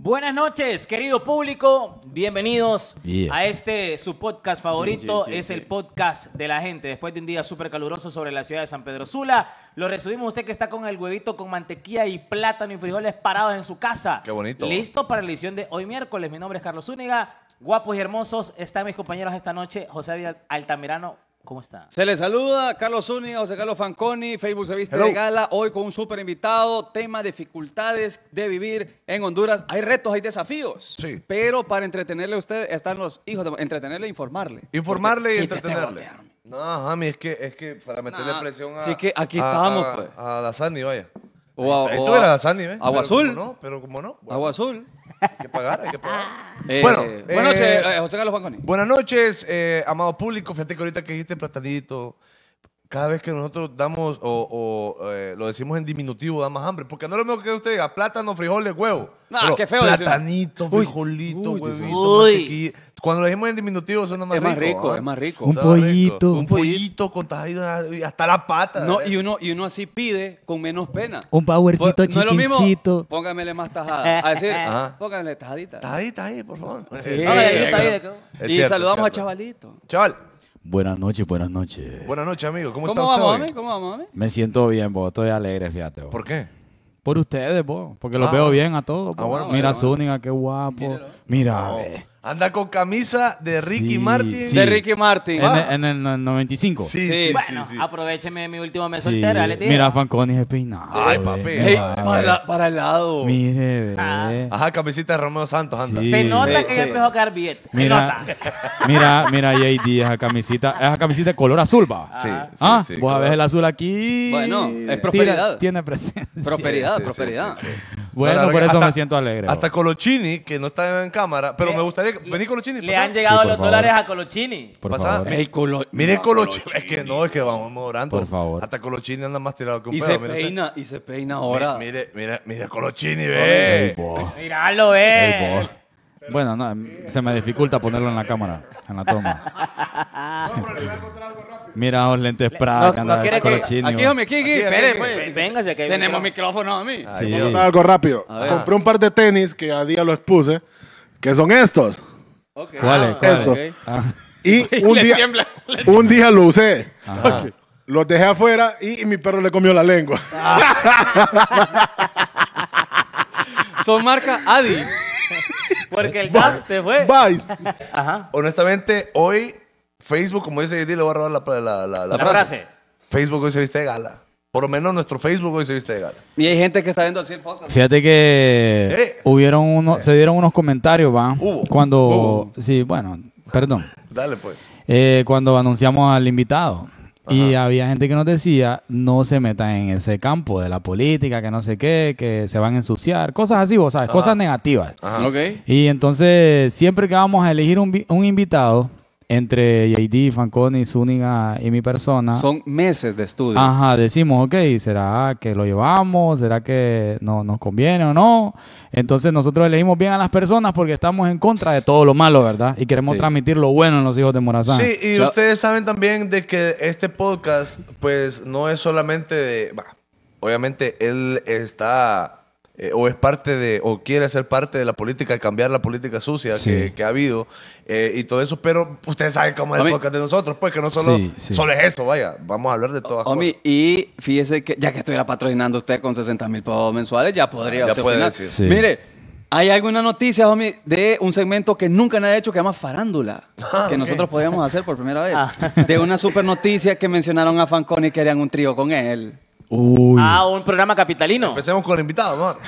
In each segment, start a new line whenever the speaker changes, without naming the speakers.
Buenas noches, querido público. Bienvenidos
Yeah.
a este su podcast favorito.
Sí, sí, sí,
es
sí.
el podcast de la gente. Después de un día súper caluroso sobre la ciudad de San Pedro Sula, lo recibimos usted que está con el huevito con mantequilla y plátano y frijoles parados en su casa.
Qué bonito.
Listo para la edición de hoy miércoles. Mi nombre es Carlos Zúñiga. Guapos y hermosos están mis compañeros esta noche. José Vidal Altamirano, ¿cómo está?
Se les saluda Carlos Zúñiga, José Carlos Fanconi, Facebook se viste
Hello.
de gala, hoy con un super invitado, tema dificultades de vivir en Honduras. Hay retos, hay desafíos.
Sí.
Pero para entretenerle a usted están los hijos de entretenerle e informarle.
Informarle y
Porque- ¿Qué te
entretenerle.
botearon?
No, Jami, es que, es que para meterle
Nah,
presión a.
sí que aquí
a-
estamos,
a-
pues.
A la Sandy, vaya.
O a-
Ahí
o
tuviera
a-
la Sandy, ¿ves?
Agua
¿eh? Pero
Azul.
como No, pero como no. bueno,
Agua Azul.
Hay que pagar, hay que pagar.
Eh,
Bueno, eh,
buenas noches, eh, José Carlos Fanconi.
Buenas noches, eh, amado público. Fíjate que ahorita que dijiste platanito, cada vez que nosotros damos o, o, eh, lo decimos en diminutivo, da más hambre. Porque no es lo mismo que usted diga plátano, frijoles, huevo.
Ah,
Pero
qué feo decir.
Platanito,
Uy,
frijolito,
uy, Dios mío.
huevito,
Uy.
mantequilla. Cuando lo decimos en diminutivo suena más
Es
rico.
más rico,
¿ah?
es más rico.
Un
Estaba rico.
pollito.
Un pollito con tajado y hasta la pata.
No,
¿eh?
y uno, y uno así pide con menos pena.
Un powercito
Pues, No es lo mismo,
chiquincito.
póngamele más tajada. A decir,
Ajá.
póngamele tajadita.
Está ahí, está ahí, por favor.
Sí.
No, ahí está ahí,
Es
y
cierto,
saludamos
es
a
cierto.
Chavalito.
Chaval,
Buenas noches, buenas noches.
buenas noches, amigo. ¿Cómo,
¿Cómo,
está usted
vamos,
hoy?
mami? ¿Cómo vamos, mami?
Me siento bien, vos. Estoy alegre, fíjate. vos.
¿Por qué?
Por ustedes, vos. Porque los
Ah.
veo bien a todos.
Ah,
vos.
bueno, Oh.
Mira,
bueno, bueno.
Zúñiga, qué guapo. Mira,
No.
ve.
Anda con camisa de Ricky
Sí,
Martin.
sí.
De Ricky Martin.
En,
Ah.
el- en el 95.
Sí, sí,
Sí.
sí,
bueno,
sí.
aprovechenme de mi último mes
Sí.
soltera, les digo.
Mira, Fanconi es peinado.
Ay,
ve.
papi.
Ey,
Mira,
para,
ve.
la- para el lado.
Mire, ve.
Ah.
Ajá, camisita de Romeo Santos, anda.
Sí.
Se nota
Sí,
que
sí.
ya empezó a caer billete. Se
Mira,
nota.
mira, mira, JD, esa camisita, esa camisita de color azul, va.
Sí,
ah,
sí, sí,
vos a
claro.
ver el azul aquí.
Bueno, es
Tira-
prosperidad.
tiene presencia.
Prosperidad,
Sí, sí,
prosperidad.
sí, sí, sí.
Bueno,
No, la verdad
por
que
eso
hasta-
me siento alegre. vos.
Hasta Colochini, que no está en cámara, pero
Le-
me gustaría. que- Vení, Colochini.
Le
pasa.
han llegado
Sí, por
los
favor.
dólares a Colochini.
Por
Pasá. Eh.
favor.
El colo-
Mire,
Mira,
Colochini. Es que no, es que vamos morando.
Por favor.
Hasta Colochini anda más tirado que un
Y
pedo,
se
mire usted.
peina, y se peina ahora.
Mi- Mire, mira, mira, Colochini, ve.
Ey, bo,
Míralo,
ey,
ve.
bo. Bueno, no, em, se me dificulta ponerlo en la cámara, en la toma. Mira los lentes Prada
no-
que anda
no quiere
de
que-
colchini,
Aquí,
bo.
hombre, aquí, aquí.
Aquí, aquí,
Espere,
aquí.
pues.
Ven- véngase, que hay
Tenemos
micrófono.
micrófono a mí.
Sí.
Voy a contar algo rápido. Compré un par de tenis que a día lo expuse, que son estos.
Okay.
¿Cuál es?
Ah,
¿Cuál es?
Esto.
ok.
Ah,
Y un
Le
día,
tiembla.
un día lo usé.
Ajá.
Ok. Los dejé afuera y mi perro le comió la lengua.
Son marca Adi.
Porque el gas se fue.
Bye.
Honestamente, hoy Facebook, como dice JD, le voy a robar la, la, la- la
La frase.
Facebook hoy se viste de gala. Por lo menos nuestro Facebook hoy se viste de gala.
Y hay gente que está viendo así el podcast.
Fíjate que
Eh.
hubieron uno, se dieron unos comentarios, va.
Hubo.
Cuando,
Hubo.
sí, bueno, perdón.
Dale, pues.
Eh, cuando anunciamos al invitado. Y había gente que nos decía, no se metan en ese campo de la política, que no sé qué, que se van a ensuciar, cosas así, vos sabes, cosas negativas.
Ajá.
Ok.
Y entonces, siempre que vamos a elegir un, vi- un invitado, entre JD, Fanconi, Zúñiga y mi
Ah.
persona,
Son meses de estudio.
ajá, decimos, ok, ¿será que lo llevamos? ¿Será que no, nos conviene o no? Entonces, nosotros elegimos bien a las personas porque estamos en contra de todo lo malo, ¿verdad? Y queremos
Sí.
transmitir lo bueno en los hijos de Morazán.
Sí, y
Chao.
ustedes saben también de que este podcast, pues, no es solamente de... bah, obviamente, él está... eh, o es parte de... O quiere ser parte de la política, cambiar la política sucia
Sí.
que, que ha habido eh, y todo eso. Pero ustedes saben cómo es
A
el
mí-
podcast de nosotros, pues, que no solo,
Sí, sí.
solo es eso, vaya. Vamos a hablar de todas
Homie, y fíjese que ya que estuviera patrocinando usted con 60 mil pesos mensuales, ya podría
Ah, Ya
usted
puede
opinar.
decir.
Sí.
Mire, hay alguna noticia, homie, de un segmento que nunca nadie ha hecho que se llama Farándula,
Ah,
que nosotros podíamos hacer por primera vez.
Ah.
De una super noticia que mencionaron a Fanconi que harían un trío con él.
Uy.
Ah, un programa capitalino.
Empecemos con el invitado, ¿no?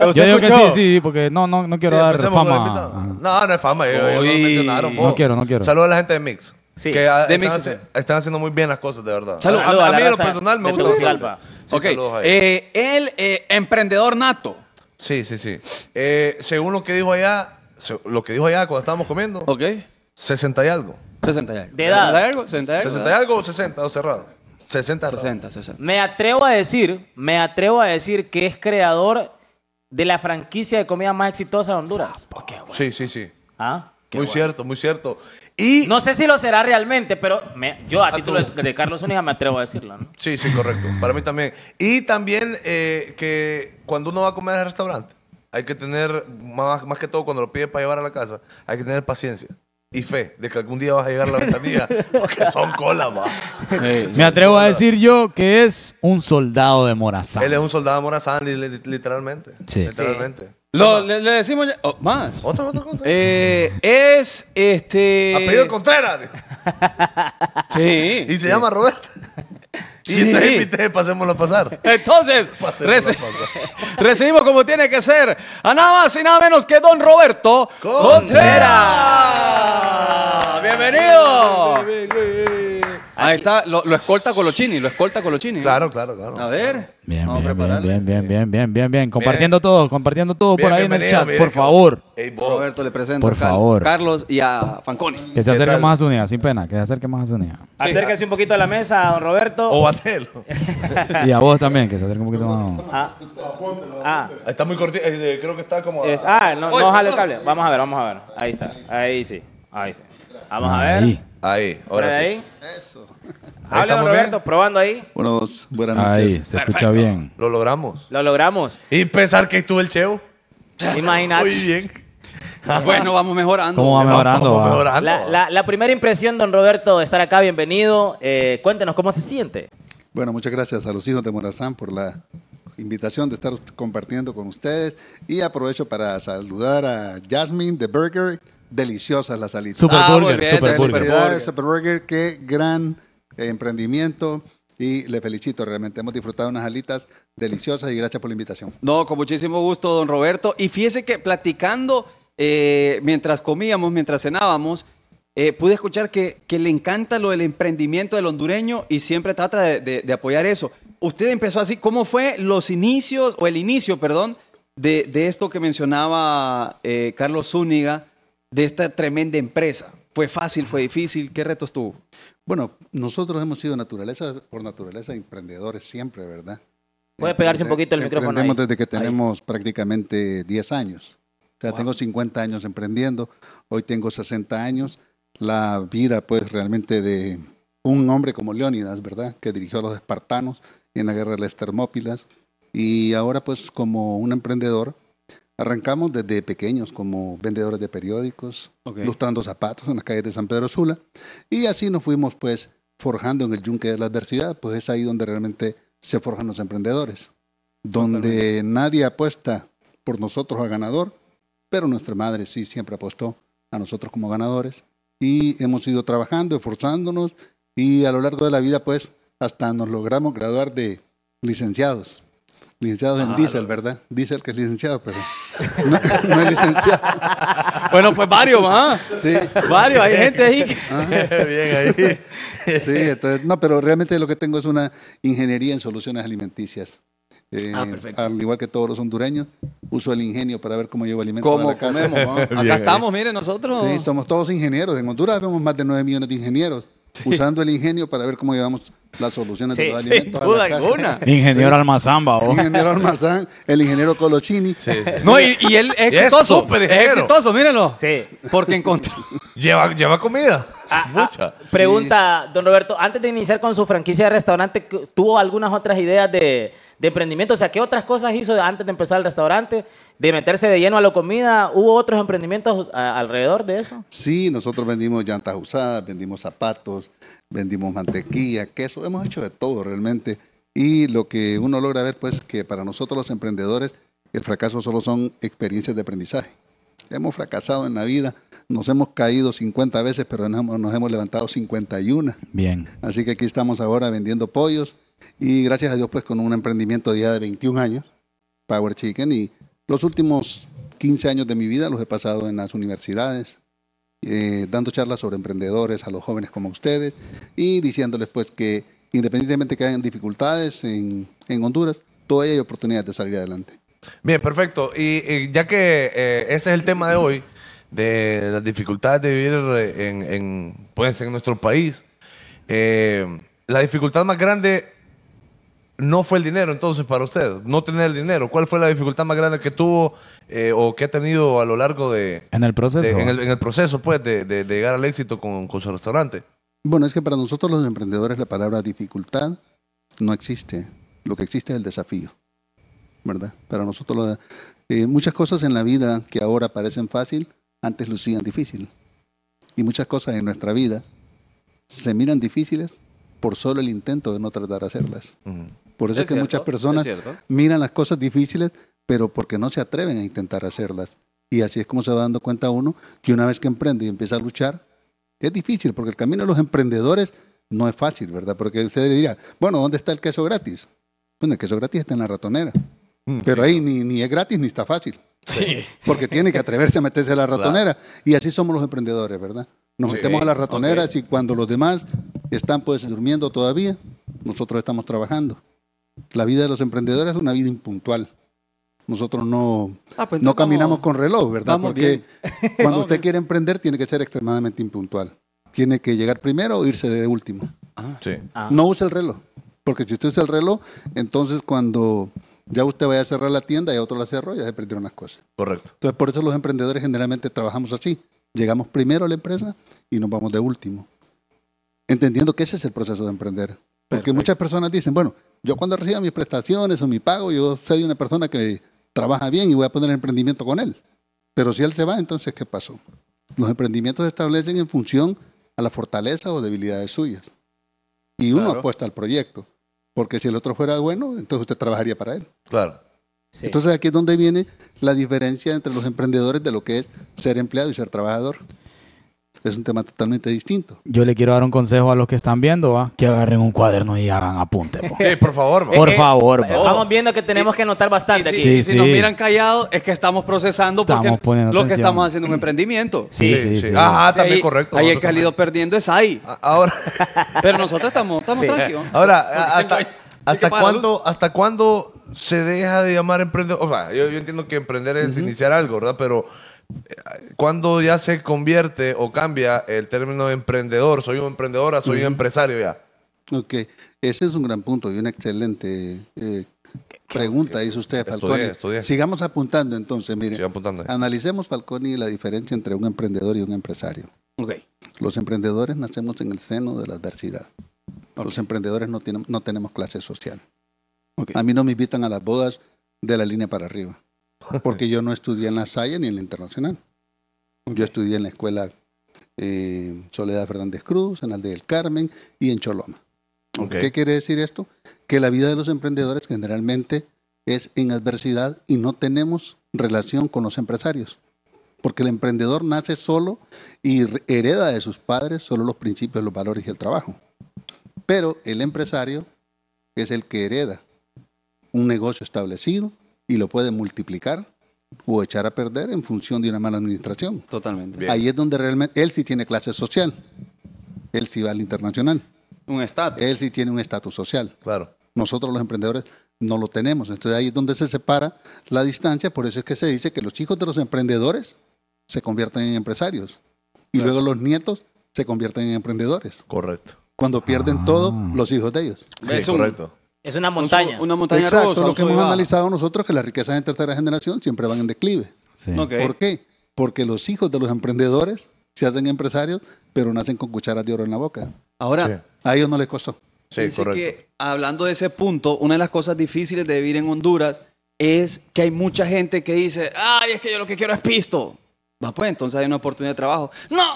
Yo
¿Usted
digo que sí,
escuchó?
sí, sí, porque no, no, no quiero
Sí,
dar
empecemos con el
fama.
invitado.
Ajá.
No, no es fama. Yo, yo no
Uy.
mencionaron,
No
vos.
quiero, no quiero.
Saludos a la gente de Mix.
Sí,
Que ah,
de
están,
Mix,
haci-
sí.
están haciendo muy bien las cosas, de verdad.
Saludos a
a, a
la
mí en lo
raza
personal me
de
gusta bastante.
Tegucigalpa.
Sí,
ok,
saludos a ellos.
eh, él, eh, emprendedor nato.
sí, sí, sí. Eh, según lo que dijo allá, se- lo que dijo allá cuando estábamos comiendo,
Ok.
60 y algo.
60 y algo.
De edad.
60 y algo, 60 y algo.
60 y algo o 60 o cerrado. 60 cerrado.
60, 60.
Me atrevo a decir, me atrevo a decir que es creador de la franquicia de comida más exitosa de Honduras.
Sí, sí, sí.
Ah.
muy cierto, muy cierto. Y
No sé si lo será realmente, pero me- yo a
Ah, tú.
título de, de Carlos Zúñiga me atrevo a decirlo. ¿no?
Sí, sí, correcto. Para mí también. Y también eh, que cuando uno va a comer al restaurante, hay que tener, más, más que todo cuando lo pides para llevar a la casa, hay que tener paciencia y fe de que algún día vas a llegar a la ventanilla, porque son colas, va.
Eh,
Me atrevo a decir yo que es un soldado de Morazán.
Él es un soldado morazán, li- li- literalmente.
Sí.
Literalmente.
Lo- le, le decimos ya- oh, más.
Otra, otra cosa.
Eh, es este.
Apellido Contreras. dijo.
Sí.
Y se llama Roberto. Y
Sí.
te invité, pasémoslo a pasar.
Entonces,
Pásenlo,
reci-
pásenlo.
recibimos como tiene que ser a nada más y nada menos que don Roberto Contreras. Bienvenido. Ahí está, lo, lo escolta Colochini, lo escolta Colochini.
Claro, claro, claro.
A ver.
Bien,
vamos a
bien, bien,
prepararle.
bien, bien, bien, bien, bien, bien. Compartiendo todo, compartiendo todo por ahí en el
bienvenido,
chat,
miren,
por
cabrón.
favor.
Ey, vos.
Roberto le presento
Por
a Carlos-
favor.
Carlos y a Fanconi.
Que se
¿Qué
acerque
tal?
más a su unidad, sin pena, que se acerque más a su unidad.
Acérquese un poquito a la mesa, don Roberto.
O
Eh,
Batelo.
Y a vos también, que se acerque un poquito más.
Ah, ah,
Está muy cortito. eh, creo que está como. a-
eh, ah, no,
Oye,
no jale el
perdón.
cable. Vamos a ver, vamos a ver. Ahí está, ahí sí, ahí sí. Vamos a ver.
Ahí.
Ahí,
Ahora
ahora sí.
ahí.
Eso.
Ahí
Hable, don
estamos bien.
Roberto, probando ahí.
Buenos, buenas noches.
Ahí, se escucha bien.
Lo logramos.
Lo logramos.
Y pensar que estuve el cheo.
Imagínate.
Muy bien.
Bueno, vamos mejorando.
¿Cómo va mejorando?
Vamos
va?
mejorando.
La, la- la primera impresión, don Roberto, de estar acá, bienvenido. Eh, cuéntenos cómo se siente.
Bueno, muchas gracias a los hijos de Morazán por la invitación de estar compartiendo con ustedes. Y aprovecho para saludar a Jasmine de Burger. Deliciosas las alitas.
Super
Ah, muy
Burger,
bien,
Super
bien,
Burger.
Burger.
Felicidades, Super Burger. Qué gran eh, emprendimiento. Y le felicito, realmente hemos disfrutado unas alitas deliciosas y gracias por la invitación.
No, con muchísimo gusto, don Roberto. Y fíjese que platicando, eh, mientras comíamos, mientras cenábamos, eh, pude escuchar que, que le encanta lo del emprendimiento del hondureño y siempre trata de, de- de apoyar eso. Usted empezó así, ¿cómo fue los inicios, o el inicio, perdón, de, de esto que mencionaba eh, Carlos Zúñiga, de esta tremenda empresa? ¿Fue fácil, fue difícil? ¿Qué retos tuvo?
Bueno, nosotros hemos sido naturaleza, por naturaleza, emprendedores siempre, ¿verdad?
Puede pegarse un
Emprende-
poquito el micrófono. ahí.
eh, Emprendemos desde que tenemos prácticamente 10 años. O sea, tengo 50 años emprendiendo, hoy tengo 60 años. La vida, pues, realmente de un hombre como Leónidas, ¿verdad? Que dirigió a los espartanos en la guerra de las Termópilas. Y ahora, pues, como un emprendedor, arrancamos desde pequeños como vendedores de periódicos,
Ok.
lustrando zapatos en las calles de San Pedro Sula. Y así nos fuimos, pues, forjando en el yunque de la adversidad, pues es ahí donde realmente se forjan los emprendedores donde nadie apuesta por nosotros a ganador, pero nuestra madre sí siempre apostó a nosotros como ganadores y hemos ido trabajando, esforzándonos y a lo largo de la vida pues hasta nos logramos graduar de licenciados. Licenciados
Ah,
en diésel, ¿verdad? Diésel que es licenciado, pero no, no es licenciado.
Bueno, pues varios, ¿ah?
Sí,
Varios, hay gente ahí que...
bien ahí.
sí, entonces, no, pero realmente lo que tengo es una ingeniería en soluciones alimenticias. Eh,
Ah, perfecto.
al igual que todos los hondureños, uso el ingenio para ver cómo llevo alimentos a
¿Cómo
la casa.
comemos? ah? Acá estamos, miren, nosotros...
Sí, somos todos ingenieros. En Honduras vemos más de 9 millones de ingenieros usando el ingenio para ver cómo llevamos las soluciones
Sí,
de los
sin
alimentos. a la
duda
casa.
alguna.
Ingeniero Almazamba,
El
vos.
ingeniero Almazán, el ingeniero Colochini.
No, y, y él es
Y es
exitoso.
súper
es
ligero.
exitoso, mírenlo.
Sí.
Porque encontró.
Lleva, lleva comida.
Ah, ah,
Mucha.
pregunta, don Roberto, antes de iniciar con su franquicia de restaurante, ¿cu- ¿tuvo algunas otras ideas de, de emprendimiento? O sea, ¿qué otras cosas hizo antes de empezar el restaurante? ¿De meterse de lleno a la comida? ¿Hubo otros emprendimientos a- alrededor de eso?
Sí, nosotros vendimos llantas usadas, vendimos zapatos, vendimos mantequilla, queso, hemos hecho de todo realmente. Y lo que uno logra ver, pues, que para nosotros los emprendedores, el fracaso solo son experiencias de aprendizaje. Hemos fracasado en la vida, nos hemos caído 50 veces, pero nos hemos, nos hemos levantado 51.
Bien.
Así que aquí estamos ahora vendiendo pollos y gracias a Dios pues con un emprendimiento ya de 21 años, Power Chicken, y los últimos 15 años de mi vida los he pasado en las universidades, eh, dando charlas sobre emprendedores a los jóvenes como ustedes y diciéndoles pues que independientemente que hayan dificultades en, en Honduras, todavía hay oportunidades de salir adelante.
Bien, perfecto. Y, eh, ya que eh, ese es el tema de hoy, de las dificultades de vivir eh, en, en, pues, en nuestro país, eh, la dificultad más grande no fue el dinero, entonces, para usted, no tener el dinero. ¿Cuál fue la dificultad más grande que tuvo eh, o que ha tenido a lo largo de...
En el proceso.
de- en, el, en el proceso, pues, de, de- de llegar al éxito con, con su restaurante.
Bueno, es que para nosotros los emprendedores la palabra dificultad no existe, lo que existe es el desafío. ¿verdad? Para nosotros, lo- eh, muchas cosas en la vida que ahora parecen fácil, antes lucían difícil. Y muchas cosas en nuestra vida se miran difíciles por solo el intento de no tratar de hacerlas. Por eso es, que
cierto,
muchas personas
es cierto.
miran las cosas difíciles, pero porque no se atreven a intentar hacerlas. Y así es como se va dando cuenta uno que una vez que emprende y empieza a luchar, es difícil, porque el camino de los emprendedores no es fácil, ¿verdad? Porque usted le dirá, bueno, ¿dónde está el queso gratis? Bueno, el queso gratis está en la ratonera.
Mm,
Pero ahí ni, ni es gratis ni está fácil. Porque tiene que atreverse a meterse a la ratonera. Y así somos los emprendedores, ¿verdad? Nos metemos a las ratoneras y cuando los demás están pues durmiendo todavía, nosotros estamos trabajando. La vida de los emprendedores es una vida impuntual. Nosotros no,
Ah, pues entonces
no caminamos
vamos-
con reloj, ¿verdad?
vamos
Porque
bien.
cuando
Vamos
usted
bien.
quiere emprender tiene que ser extremadamente impuntual. Tiene que llegar primero o irse de último.
Sí.
Ah.
No usa el reloj, porque si usted usa el reloj, entonces cuando ya usted vaya a cerrar la tienda y otro la cerró, ya se perdieron las cosas.
Correcto.
Entonces, por eso los emprendedores generalmente trabajamos así. Llegamos primero a la empresa y nos vamos de último. Entendiendo que ese es el proceso de emprender. Porque muchas personas dicen, bueno, yo cuando reciba mis prestaciones o mi pago, yo soy una persona que trabaja bien y voy a poner el emprendimiento con él. Pero si él se va, entonces, ¿qué pasó? Los emprendimientos se establecen en función a la fortaleza o debilidades suyas. Y uno
Claro.
apuesta al proyecto. Porque si el otro fuera bueno, entonces usted trabajaría para él.
Claro.
Sí.
Entonces aquí es donde viene la diferencia entre los emprendedores de lo que es ser empleado y ser trabajador. Es un tema totalmente distinto.
Yo le quiero dar un consejo a los que están viendo, ¿va? que agarren un cuaderno y hagan apuntes. po.
Ey, por favor, eh,
Es
va.
Eh, Por
que
favor, va.
Vamos viendo que tenemos que anotar
Y
bastante
si,
aquí.
Sí,
y si nos
sí.
miran callados, es que estamos procesando
Estamos
porque
poniendo
lo que
atención.
estamos haciendo es un emprendimiento.
Sí,
sí, sí.
Ajá,
Sí, Ah.
también
ahí-
correcto.
Ahí el
nosotros
que ha ido perdiendo es ahí.
también. A- Ahora,
Pero nosotros estamos, estamos
Sí.
tranquilos.
ahora a-
Porque
hasta,
tengo- es que para la
hasta,
luz.
cuándo, ¿hasta cuándo se deja de llamar emprendedor? O sea, yo, yo entiendo que emprender es iniciar algo, ¿verdad? Pero eh, ¿cuándo ya se convierte o cambia el término de emprendedor? Soy un emprendedor, a soy un empresario ya.
Ok, ese es un gran punto y una excelente eh, pregunta, hizo usted, Falconi.
Estudié, estudié.
Sigamos apuntando entonces, mire.
Sigo apuntando ahí.
Ah,
Analicemos, Falconi, la diferencia entre un emprendedor y un empresario.
Ok.
Los emprendedores nacemos en el seno de la adversidad. Los emprendedores no, tienen- no tenemos clase social.
Ok.
A mí no me invitan a las bodas de la línea para arriba, porque yo no estudié en la Salle ni en la Internacional. Yo estudié en la escuela eh, Soledad Fernández Cruz, en Alde del Carmen y en Choloma.
Ok.
¿Qué quiere decir esto? Que la vida de los emprendedores generalmente es en adversidad y no tenemos relación con los empresarios. Porque el emprendedor nace solo y re- hereda de sus padres solo los principios, los valores y el trabajo. Pero el empresario es el que hereda un negocio establecido y lo puede multiplicar o echar a perder en función de una mala administración.
Totalmente.
Bien.
Ahí es donde realmente él sí tiene clase social, él sí va al internacional,
Un estatus.
él sí tiene un estatus social.
Claro.
Nosotros los emprendedores no lo tenemos. Entonces ahí es donde se separa la distancia. Por eso es que se dice que los hijos de los emprendedores se convierten en empresarios y luego los nietos se convierten en emprendedores.
Correcto.
Cuando pierden
Ah.
todo, los hijos de ellos.
Es
Sí,
un-
correcto.
Es una montaña.
Un su- una montaña
Exacto,
rusa,
lo
un
que
sub y
hemos
baja.
analizado nosotros que las riquezas en tercera generación siempre van en declive.
Sí.
Ok.
¿Por qué? Porque los hijos de los emprendedores se hacen empresarios, pero nacen con cucharas de oro en la boca.
Ahora,
Sí.
A ellos no les costó.
Sí,
Dice
correcto.
que hablando de ese punto, una de las cosas difíciles de vivir en Honduras es que hay mucha gente que dice, ay, es que yo lo que quiero es pisto. Va pues, entonces hay una oportunidad de trabajo. ¡No!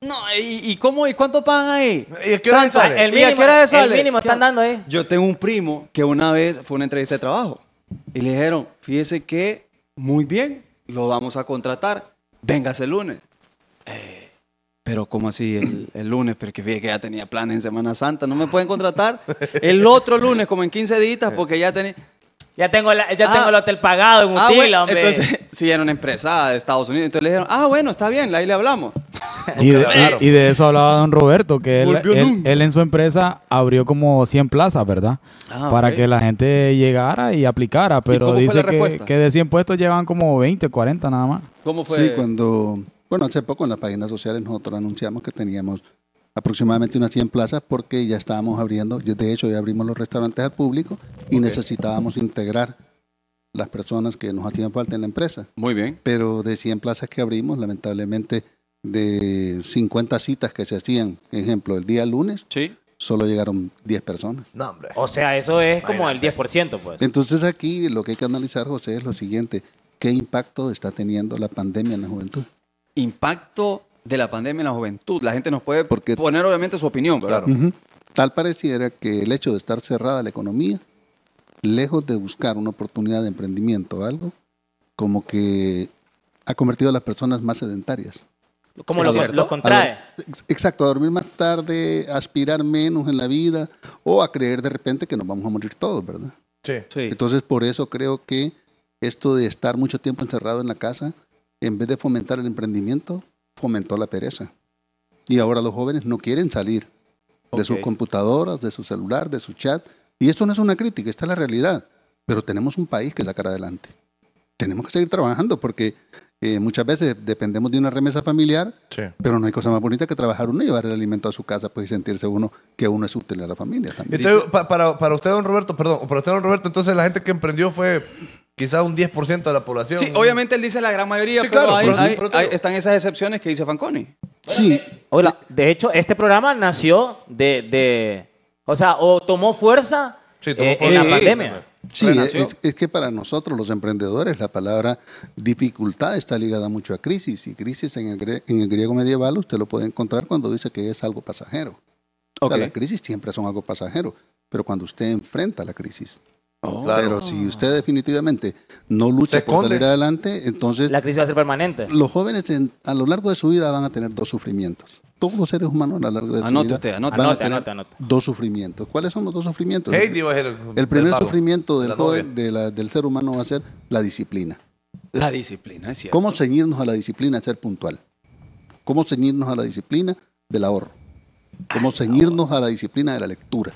No, ¿y, y cómo? ¿Y cuánto pagan ahí?
¿Y a qué hora
Tanto.
sale?
El
¿Y a
mínimo-
qué hora
el
sale?
mínimo están dando ahí.
Yo tengo un primo que una vez fue a una entrevista de trabajo y le dijeron, fíjese que muy bien, lo vamos a contratar, véngase el lunes. Eh, pero ¿cómo así el, el lunes? Pero que fíjese que ya tenía planes en Semana Santa, no me pueden contratar el otro lunes, como en 15 días, porque ya tenía...
Ya tengo, la- ya
Ah.
tengo el hotel pagado en
Ah,
Utila,
bueno,
hombre.
entonces, sí, era una empresa de Estados Unidos, entonces le dijeron, ah, bueno, está bien, ahí le hablamos.
Y de,
Claro.
y- y de eso hablaba don Roberto, que él,
Volvió
él-
Nun.
él en su empresa abrió como 100 plazas, ¿verdad?
Ah,
Para
ok.
que la gente llegara y aplicara, pero
cómo fue
dice
la
que,
respuesta?
que de 100 puestos llevan como 20, 40 nada más.
¿Cómo fue?
Sí, cuando, bueno, hace poco en las páginas sociales nosotros anunciamos que teníamos aproximadamente unas 100 plazas porque ya estábamos abriendo, ya- de hecho ya abrimos los restaurantes al público y necesitábamos integrar las personas que nos hacían falta en la empresa.
Muy bien.
Pero de 100 plazas que abrimos, lamentablemente de 50 citas que se hacían, ejemplo, el día lunes,
Sí.
solo llegaron 10 personas.
No, hombre.
Oh,
O sea, eso es como el 10%, pues.
Entonces aquí lo que hay que analizar, José, es lo siguiente. ¿Qué impacto está teniendo la pandemia en la juventud?
Impacto de la pandemia en la juventud. La gente nos puede
Porque-
poner obviamente su opinión, ¿verdad?
Ujú. Tal pareciera que el hecho de estar cerrada la economía, lejos de buscar una oportunidad de emprendimiento o algo, como que ha convertido a las personas más sedentarias.
Como
Es
lo,
cierto.
lo contrae.
A dor- ex- Exacto, a dormir más tarde, a aspirar menos en la vida o a creer de repente que nos vamos a morir todos, ¿verdad?
Sí.
Sí.
Entonces, por eso creo que esto de estar mucho tiempo encerrado en la casa, en vez de fomentar el emprendimiento, fomentó la pereza. Y ahora los jóvenes no quieren salir de sus
Ok.
computadoras, de su celular, de su chat. Y esto no es una crítica, esta es la realidad. Pero tenemos un país que sacar adelante. Tenemos que seguir trabajando porque eh, muchas veces dependemos de una remesa familiar,
Sí.
pero no hay cosa más bonita que trabajar uno y llevar el alimento a su casa pues, y sentirse uno que uno es útil a la familia también.
Entonces, pa- para, para usted, don Roberto, perdón, para usted, don Roberto, entonces la gente que emprendió fue quizá un 10% de la población.
Sí, obviamente él dice la gran mayoría,
Sí,
pero,
claro,
hay-
pero-
hay-
pero te-
hay- están esas excepciones que dice Fanconi.
Sí,
Hola. De hecho, este programa nació de, de- o sea, o tomó fuerza,
Sí, tomó
eh,
fuerza.
en
Sí,
la pandemia.
Sí, es,
Renació.
es que para nosotros los emprendedores la palabra dificultad está ligada mucho a crisis y crisis en el, gre- en el griego medieval usted lo puede encontrar cuando dice que es algo pasajero. O sea,
Ok.
las crisis siempre son algo pasajero, pero cuando usted enfrenta la crisis.
Claro.
Pero si usted definitivamente no lucha
Se
por salir
esconde.
adelante, entonces
La crisis va a ser permanente.
los jóvenes en- a lo largo de su vida van a tener dos sufrimientos. Todos los seres humanos a lo largo de su
Anote
vida
usted, anote.
van a
Anote,
tener
anote, anote.
dos sufrimientos. ¿Cuáles son los dos sufrimientos? Eh,
Heidi va a ser el,
El primer
pago.
sufrimiento del,
La novia.
joven, de la- del ser humano va a ser la disciplina.
La disciplina, es cierto.
¿Cómo ceñirnos a la disciplina de ser puntual? ¿Cómo ceñirnos a la disciplina del ahorro? ¿Cómo ceñirnos a la disciplina de la lectura?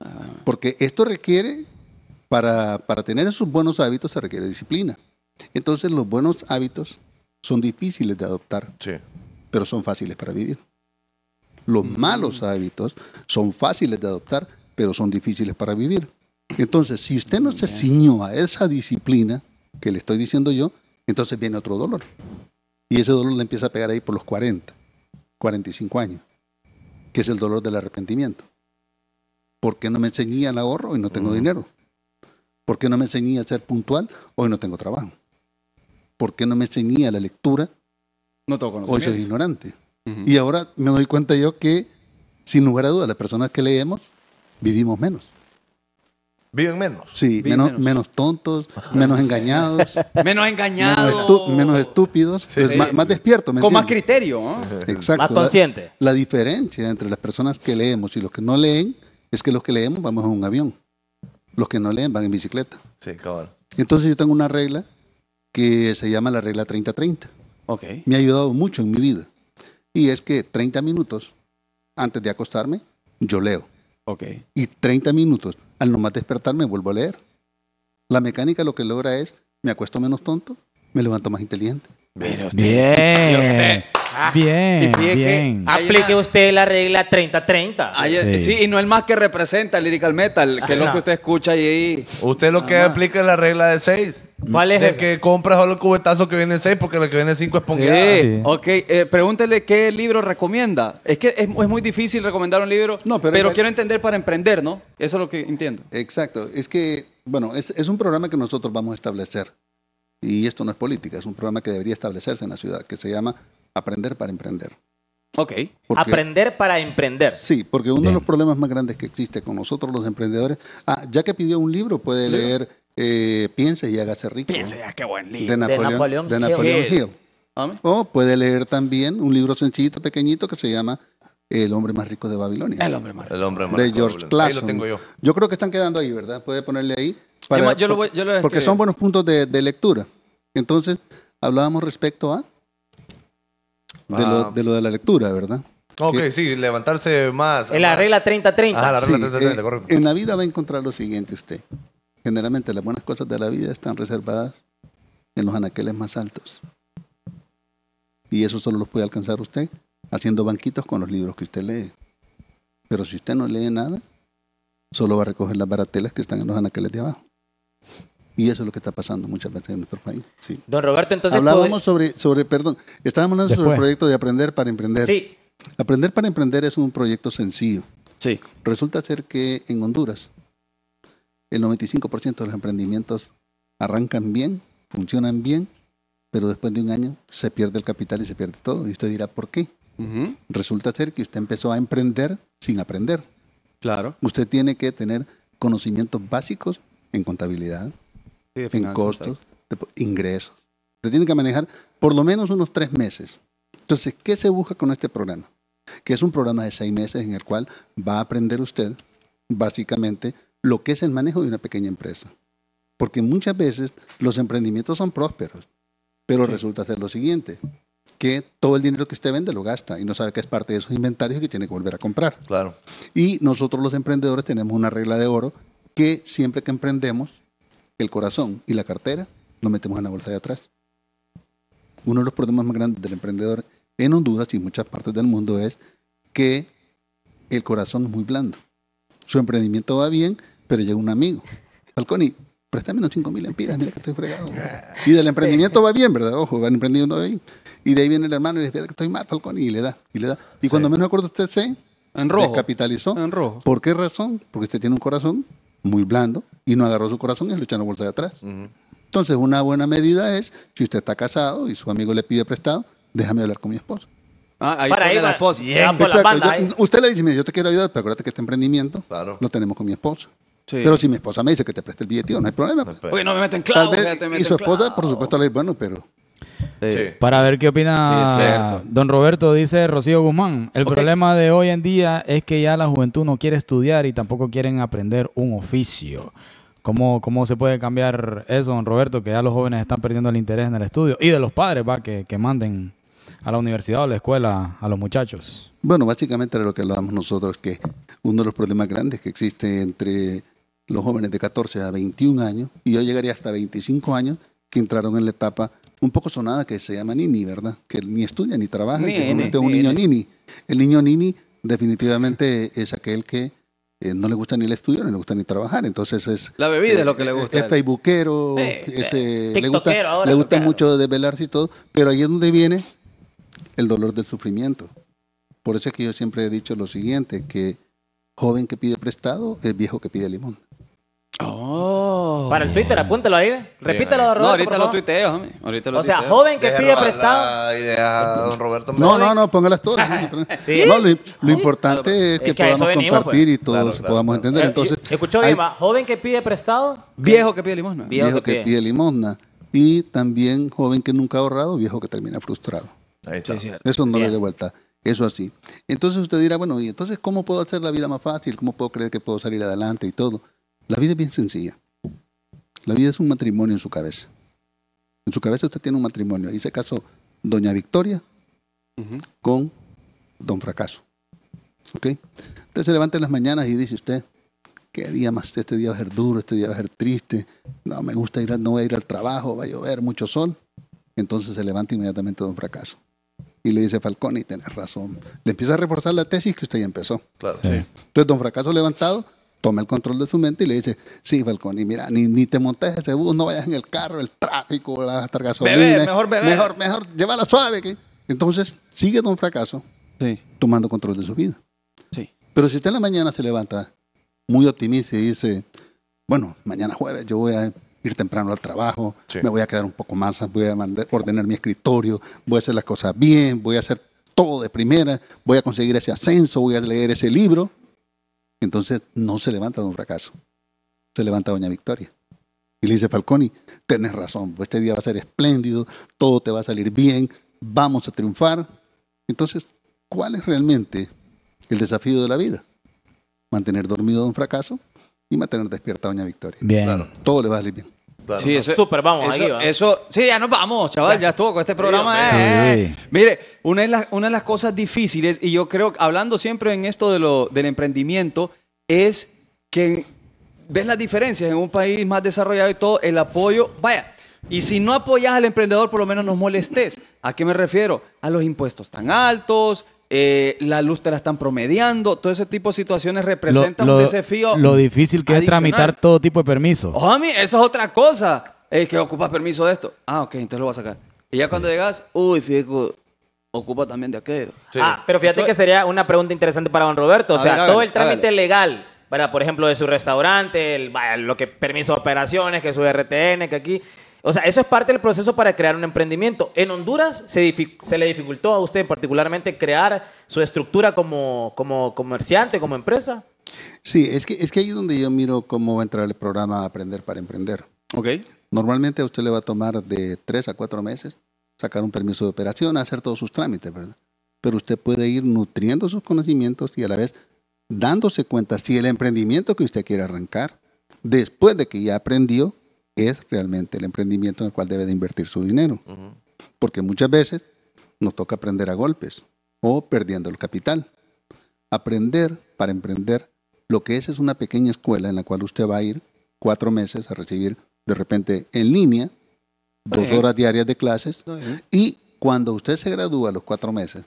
Ah.
Porque esto requiere, para, para tener esos buenos hábitos, se requiere disciplina. Entonces, los buenos hábitos son difíciles de adoptar,
Sí.
pero son fáciles para vivir. Los malos hábitos son fáciles de adoptar, pero son difíciles para vivir. Entonces, si usted no se ciñó a esa disciplina que le estoy diciendo yo, entonces viene otro dolor. Y ese dolor le empieza a pegar ahí por los 40, 45 años, que es el dolor del arrepentimiento. ¿Por qué no me ceñí al ahorro? Hoy no tengo dinero. ¿Por qué no me ceñí a ser puntual? Hoy no tengo trabajo. ¿Por qué no me ceñí a la lectura?
No tengo
Hoy soy
conocimiento.
ignorante.
Ujú.
Y ahora me doy cuenta yo que, sin lugar a dudas, las personas que leemos vivimos menos.
Viven menos.
Sí,
Viven
menos,
menos.
menos. tontos, menos engañados,
Menos
menos,
engañado.
estu- menos estúpidos, pues, Más, más despierto, ¿me
Con más
entiendes?
criterio. ¿no?
Exacto.
Más
la-
consciente.
La, diferencia entre las personas que leemos y los que no leen es que los que leemos vamos en un avión, los que no leen van en bicicleta.
Sí, cabrón.
Entonces yo tengo una regla que se llama la regla 30-30.
Ok.
Me ha ayudado mucho en mi vida. Y es que 30 minutos antes de acostarme, yo leo.
Ok.
y 30 minutos. Al nomás despertarme vuelvo a leer. La mecánica lo que logra es, me acuesto menos tonto, me levanto más inteligente.
Pero usted-
Bien.
y usted- Ah,
Bien,
Y fíjate que-
bien.
Ah, Hay
Aplique
una-
usted la regla 30-30.
Ayer- sí.
Sí.
y no el más que representa el lyrical metal, que es lo
no.
que usted escucha ahí.
Usted lo que aplica es la regla de 6.
¿Cuál es
De
esa?
que compras solo el cubetazo que viene en 6 porque la que viene en 5 es pongueada.
Sí.
Sí.
Ok, eh, pregúntele qué libro recomienda. Es que es, es muy difícil recomendar un libro,
No,
pero,
pero-
quiero entender para emprender, ¿no? Eso es lo que entiendo.
Exacto. Es que, bueno, es, es un programa que nosotros vamos a establecer. Y esto no es política, es un programa que debería establecerse en la ciudad, que se llama Aprender para Emprender.
Ok.
Porque-
Aprender para emprender.
Sí, porque uno
Bien.
de los problemas más grandes que existe con nosotros los emprendedores, ah, ya que pidió un libro, puede leer eh, Piense y hágase rico.
Piense ya, qué buen libro.
de Napoleón,
Napoleón
de
Hill.
Napoleón
Hill.
Hill. O puede leer también un libro sencillito, pequeñito, que se llama El hombre más rico de Babilonia,
El hombre más.
El hombre malo.
de George Clason.
Ahí lo tengo yo.
Yo creo que están quedando ahí, ¿verdad? Puede ponerle ahí. para-
Yo ma- yo lo voy- yo lo este voy a
porque
escribir.
son buenos puntos de, de lectura. Entonces, hablábamos respecto a...
Ah.
De, lo, de lo de la lectura, ¿verdad?
Ok, sí, levantarse más.
En la
más.
regla 30-30.
Ajá, la regla
Sí,
30,
eh,
correcto.
En la vida va a encontrar lo siguiente usted. Generalmente las buenas cosas de la vida están reservadas en los anaqueles más altos. Y eso solo los puede alcanzar usted haciendo banquitos con los libros que usted lee. Pero si usted no lee nada, solo va a recoger las baratelas que están en los anaqueles de abajo. Y eso es lo que está pasando muchas veces en nuestro país. Sí.
Don Roberto, entonces... pues-
Hablábamos sobre, sobre, perdón, estábamos hablando sobre
Después.
el proyecto de aprender para emprender.
Sí,
Aprender para emprender es un proyecto sencillo.
Sí.
Resulta ser que en Honduras el 95% de los emprendimientos arrancan bien, funcionan bien, pero después de un año se pierde el capital y se pierde todo. Y usted dirá, ¿por qué?
Ujú,
Resulta ser que usted empezó a emprender sin aprender.
Claro.
Usted tiene que tener conocimientos básicos en contabilidad,
Sí, de
en
finanzas,
costos, de- ingresos. Se tiene que manejar por lo menos unos tres meses. Entonces, ¿qué se busca con este programa? Que es un programa de seis meses en el cual va a aprender usted básicamente lo que es el manejo de una pequeña empresa. Porque muchas veces los emprendimientos son prósperos, pero resulta ser lo siguiente, que todo el dinero que usted vende lo gasta y no sabe que es parte de sus inventarios y que tiene que volver a comprar.
Claro.
Y nosotros los emprendedores tenemos una regla de oro que siempre que emprendemos, el corazón y la cartera lo metemos en la bolsa de atrás. Uno de los problemas más grandes del emprendedor en Honduras y en muchas partes del mundo es que el corazón es muy blando. Su emprendimiento va bien, pero llega un amigo. Falconi, préstame unos 5 mil empiras, mira que estoy fregado. Y del emprendimiento va bien, ¿verdad? Ojo, van emprendiendo ahí. Y de ahí viene el hermano y le dice, "Fíjate que estoy mal, Falconi, y le da, y le da. Y cuando menos acuerdo usted se
En rojo.
descapitalizó.
En rojo.
¿Por qué razón? Porque usted tiene un corazón muy blando y no agarró su corazón y lo echó en la bolsa de atrás. Entonces, una buena medida es, si usted está casado y su amigo le pide prestado, déjame hablar con mi esposo.
Ah, ahí
Para
pone
ahí
la ¿eh?
va-
esposa.
se va por la
Exacto.
banda.
Yo-
ahí.
usted le dice, mire, yo te quiero ayudar, pero acuérdate que este emprendimiento
Claro.
lo tenemos con mi esposo.
Sí.
Pero si mi esposa me dice que te preste el billete, no hay problema. pues.
Oye, no me meten
Tal
clavo.
vez-
fíjate, me
y
meten
su esposa,
clavo.
por supuesto, le dice, bueno, pero
Sí.
Para ver qué
Sí, es
opina
cierto.
don Roberto, dice Rocío Guzmán. El problema de hoy en día es que ya la juventud no quiere estudiar y tampoco quieren aprender un oficio. ¿Cómo, ¿Cómo se puede cambiar eso, don Roberto? Que ya los jóvenes están perdiendo el interés en el estudio. Y de los padres, va, que, que manden a la universidad o la escuela a los muchachos.
Bueno, básicamente era lo que hablábamos nosotros, que uno de los problemas grandes que existe entre los jóvenes de 14 a 21 años, y yo llegaría hasta 25 años, que entraron en la etapa un poco sonada que se llama Nini, ¿verdad? Que ni estudia ni trabaja, y que se
Nene,
convierte en un
nene.
niño Nini. El niño Nini definitivamente es aquel que eh, no le gusta ni el estudio, no le gusta ni trabajar, entonces es...
La bebida es lo que le gusta a
Eh, Es
él.
facebookero,
Eh,
ese- le
tiktokero
gusta,
ahora,
le gusta
claro.
mucho desvelarse y todo, pero ahí es donde viene el dolor del sufrimiento. Por eso es que yo siempre he dicho lo siguiente, que joven que pide prestado es viejo que pide limón.
Oh.
Para el Twitter, apúntalo ahí. ve. Repítelo, Roberto.
No, ahorita
por
lo
favor.
tuiteo, homie. Ahorita lo
O sea,
tuiteo.
joven que pide
Déjalo a
prestado.
La idea, don Roberto.
No,
hombre.
no, no, póngalas todas.
Sí.
No, lo, lo importante
Es
es que,
que a eso
podamos
venimos,
compartir
pues.
y todos
Claro, claro,
podamos
claro.
entender. Entonces,
Eh, Escuchó
hay
bien, va. Joven que pide prestado.
Viejo que pide limosna.
Viejo
viejo
que
que pide limosna y también joven que nunca ha ahorrado, viejo que termina frustrado.
Ahí está.
Eso no le
Cierto.
da vuelta. Eso así. Entonces usted dirá, bueno, ¿y entonces cómo puedo hacer la vida más fácil? ¿Cómo puedo creer que puedo salir adelante y todo? La vida es bien sencilla. La vida es un matrimonio en su cabeza. En su cabeza usted tiene un matrimonio. Ahí se casó Doña Victoria
Ujú.
con Don Fracaso. ¿Ok? Usted se levanta en las mañanas y dice usted, ¿qué día más? Este día va a ser duro, este día va a ser triste. No, me gusta ir, a- no voy a ir al trabajo, va a llover, mucho sol. Entonces se levanta inmediatamente Don Fracaso. Y le dice Falconi, tenés razón. Le empieza a reforzar la tesis que usted ya empezó.
Claro.
Entonces, don Fracaso levantado toma el control de su mente y le dice, sí, Falconi, mira, ni, ni te montes ese bus, no vayas en el carro, el tráfico, la vas a gastar gasolina.
Bebé, mejor bebé.
Mejor, mejor, llévala suave. que-". Entonces, sigue don Fracaso
Sí,
tomando control de su vida.
sí.
Pero si usted en la mañana se levanta muy optimista y dice, bueno, mañana jueves yo voy a ir temprano al trabajo,
Sí.
me voy a quedar un poco más, voy a mandar- ordenar mi escritorio, voy a hacer las cosas bien, voy a hacer todo de primera, voy a conseguir ese ascenso, voy a leer ese libro. Entonces no se levanta don fracaso, se levanta doña Victoria. Y le dice Falconi, tenés razón, pues este día va a ser espléndido, todo te va a salir bien, vamos a triunfar. Entonces, ¿cuál es realmente el desafío de la vida? Mantener dormido don fracaso y mantener despierta a doña Victoria.
Bien.
Todo le va a salir bien.
claro.
Sí, eso,
Súper, vamos,
eso,
ahí va.
eso- sí, ya nos vamos, chaval, ya estuvo con este programa.
hombre.
eh, eh. Mire, una de, las, una de las cosas difíciles, y yo creo, hablando siempre en esto de lo, del emprendimiento, es que ves las diferencias en un país más desarrollado y todo, el apoyo, vaya, y si no apoyas al emprendedor, por lo menos nos molestes. ¿A qué me refiero? A los impuestos tan altos. eh, la luz te la están promediando, todo ese tipo de situaciones representan un desafío.
lo difícil que es
adicional.
tramitar todo tipo de permisos.
Homie, eso es otra cosa. Es que ocupas permiso de esto. Ah, ok, entonces lo voy a sacar. Y ya cuando llegas, uy, fijo, ocupa también de aquello.
Sí.
Ah, pero fíjate que sería una pregunta interesante para don Roberto. O
A
sea,
ver,
todo
hágale,
el trámite
hágale.
legal, ¿verdad? Por ejemplo, de su restaurante, el, vaya, lo que permiso de operaciones, que su RTN, que aquí. O sea, eso es parte del proceso para crear un emprendimiento. En Honduras se, dific- se le dificultó a usted particularmente crear su estructura como, como comerciante, como empresa.
Sí, es que, es que ahí es donde yo miro cómo va a entrar el programa Aprender para Emprender.
Ok.
Normalmente a usted le va a tomar de tres a cuatro meses sacar un permiso de operación, hacer todos sus trámites, ¿verdad? Pero usted puede ir nutriendo sus conocimientos y a la vez dándose cuenta si el emprendimiento que usted quiere arrancar, después de que ya aprendió, es realmente el emprendimiento en el cual debe de invertir su dinero. Porque muchas veces nos toca aprender a golpes o perdiendo el capital. Aprender para emprender lo que es es una pequeña escuela en la cual usted va a ir cuatro meses a recibir de repente en línea dos horas diarias de clases y cuando usted se gradúa a los cuatro meses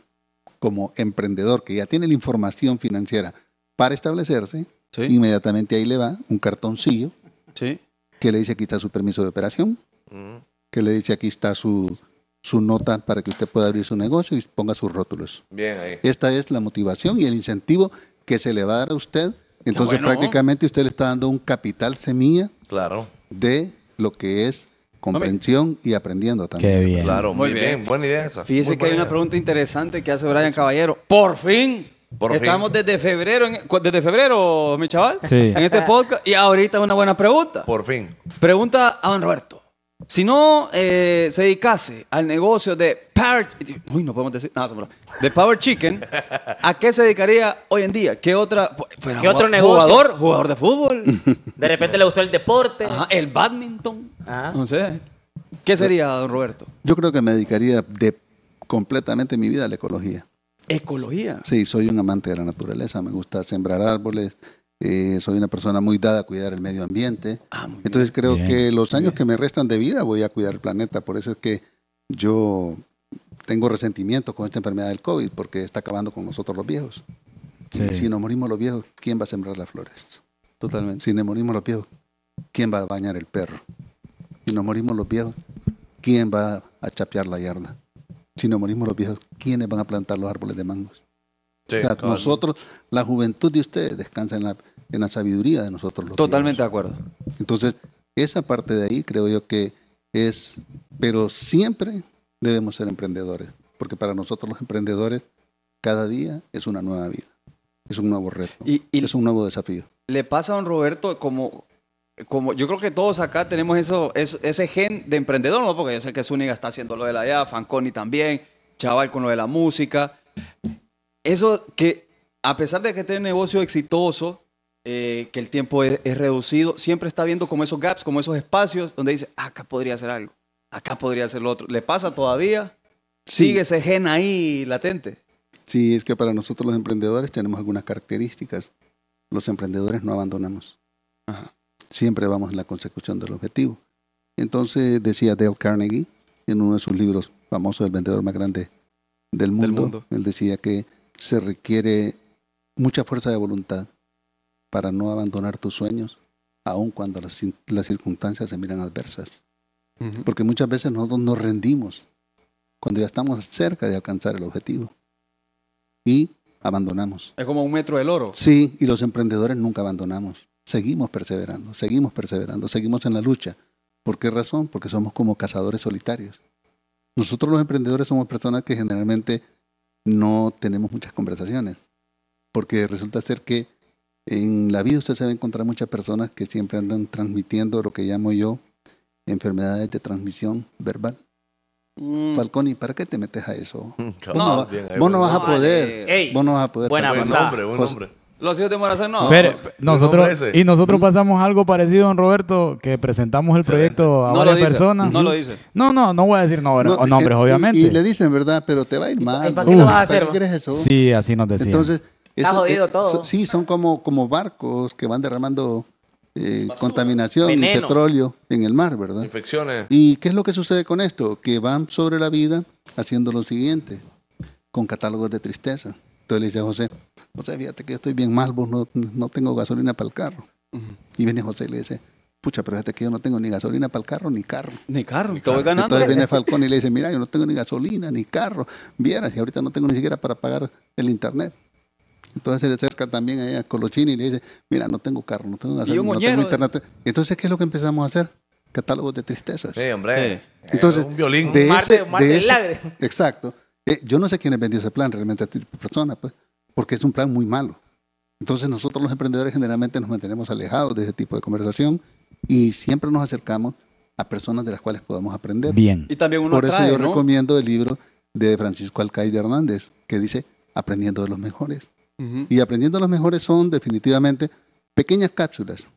como emprendedor que ya tiene la información financiera para establecerse,
Sí.
inmediatamente ahí le va un cartoncillo
Sí.
que le dice aquí está su permiso de operación,
Mm,
que le dice aquí está su, su nota para que usted pueda abrir su negocio y ponga sus rótulos.
Bien ahí.
Esta es la motivación y el incentivo que se le va a dar a usted. Entonces
bueno.
prácticamente usted le está dando un capital semilla
Claro,
de lo que es comprensión y aprendiendo también.
Qué bien.
claro.
Muy
Muy bien.
bien.
Buena idea esa.
Fíjese
Muy
que hay
buena
una pregunta interesante que hace Brian Caballero. Por fin.
Por
Estamos
fin.
desde febrero, en- cu- desde febrero, mi chaval,
Sí.
en este podcast. Y ahorita una buena pregunta.
idea. Por fin.
Pregunta a don Roberto. Si no eh, se dedicase al negocio de Power... Uy, no podemos decir... No, se me olvidó. de Power Chicken, ¿a qué se dedicaría hoy en día? ¿Qué otra... fu- fuera
¿Qué
ju-
otro negocio?
Jugador, jugador de fútbol,
De repente le gustó el deporte.
ajá, el badminton,
Ajá.
no sé. ¿Qué sería, don Roberto?
Yo creo que me dedicaría de completamente mi vida a la ecología.
Ecología.
Sí, soy un amante de la naturaleza, me gusta sembrar árboles, eh, soy una persona muy dada a cuidar el medio ambiente.
Ah, muy bien.
Entonces creo
Bien,
que los años que me restan de vida voy a cuidar el planeta, por eso es que yo tengo resentimiento con esta enfermedad del COVID, porque está acabando con nosotros los viejos.
Sí.
Y si nos morimos los viejos, ¿quién va a sembrar las flores?
Totalmente.
Si nos morimos los viejos, ¿quién va a bañar el perro? Si nos morimos los viejos, ¿quién va a chapear la yarda? Si nos morimos los viejos, ¿quiénes van a plantar los árboles de mangos?
Sí,
O sea,
cabal.
nosotros, la juventud de ustedes descansa en la, en la sabiduría de nosotros los
Totalmente de
viejos.
acuerdo.
Entonces, esa parte de ahí creo yo que es, pero siempre debemos ser emprendedores, porque para nosotros los emprendedores, cada día es una nueva vida, es un nuevo reto,
Y- y-
es un nuevo desafío.
le pasa a don Roberto como, como yo creo que todos acá tenemos eso, eso- ese gen de emprendedor, ¿no? Porque yo sé que Zúñiga está haciendo lo de la ya, Fanconi también, Chaval con lo de la música. Eso que a pesar de que tiene un negocio exitoso, eh, que el tiempo es, es reducido, siempre está viendo como esos gaps, como esos espacios donde dice, "Ah, acá podría hacer algo, acá podría hacer lo otro. ¿Le pasa todavía?
Sí.
¿Sigue ese gen ahí latente?
Sí, es que para nosotros los emprendedores tenemos algunas características. Los emprendedores no abandonamos.
Ajá.
Siempre vamos en la consecución del objetivo. Entonces decía Dale Carnegie en uno de sus libros famosos, El vendedor más grande del mundo,
mundo.
él decía que se requiere mucha fuerza de voluntad para no abandonar tus sueños, aun cuando las, cin- las circunstancias se miran adversas. Porque muchas veces nosotros nos rendimos cuando ya estamos cerca de alcanzar el objetivo y abandonamos.
Es como un metro del oro.
Sí, y los emprendedores nunca abandonamos. Seguimos perseverando, seguimos perseverando, seguimos en la lucha. ¿Por qué razón? Porque somos como cazadores solitarios. Nosotros los emprendedores somos personas que generalmente no tenemos muchas conversaciones, porque resulta ser que en la vida usted se va a encontrar muchas personas que siempre andan transmitiendo lo que llamo yo enfermedades de transmisión verbal.
Mm.
Falconi, ¿para qué te metes a eso? Vos
Cabal,
no,
bien ahí,
vos no
buen
vas a
vale.
poder.
Ey,
Vos no vas a poder.
buena
Falconi.
Buen
pasada.
nombre, buen
José-
nombre.
Los hijos de Morazán no.
Pero,
pues, el
nosotros,
eh.
nombre ese.
y nosotros pasamos algo parecido, don Roberto, que presentamos el proyecto a
No lo
varias
dice.
personas.
No lo dice.
No, no, no voy a decir nombres,
No,
nombres,
eh, y-
obviamente.
Y, le dicen, ¿verdad? Pero te va a ir mal.
¿para qué lo
¿no?
vas a
¿Para
hacer,
qué
va?
quieres eso?
Sí, así nos decían.
Entonces, eso, eh,
jodido todo.
so- sí, son como, como barcos que van derramando eh, contaminación y
Veneno.
petróleo en el mar, ¿verdad?
Infecciones.
¿Y qué es lo que sucede con esto? Que van sobre la vida haciendo lo siguiente, con catálogos de tristeza. Entonces le dice a José, José, fíjate que yo estoy bien mal, vos no, no tengo gasolina para el carro. Y viene José y le dice, pucha, pero fíjate que yo no tengo ni gasolina para el carro, ni carro.
Ni carro, te voy ganando.
Entonces viene Falcón y le dice, mira, yo no tengo ni gasolina, ni carro. Vieras, y ahorita no tengo ni siquiera para pagar el internet. Entonces se le acerca también ahí a Colochini y le dice, mira, no tengo carro, no tengo gasolina, no
moñero.
tengo internet. Entonces, ¿qué es lo que empezamos a hacer? Catálogos de tristezas.
Sí, hombre.
Sí.
Eh,
Entonces,
un violín.
de
Un mar de-
ese-
un mar de
de ese-
milagres.
Exacto. Eh, yo no sé quién vendió ese plan realmente a ti, persona, pues, porque es un plan muy malo. Entonces nosotros los emprendedores generalmente nos mantenemos alejados de ese tipo de conversación y siempre nos acercamos a personas de las cuales podamos aprender.
Bien.
Y también uno
Por eso
atrae,
yo
¿no?
recomiendo el libro de Francisco Alcaide Hernández, que dice Aprendiendo de los Mejores.
Ujú.
Y aprendiendo los mejores son definitivamente pequeñas cápsulas,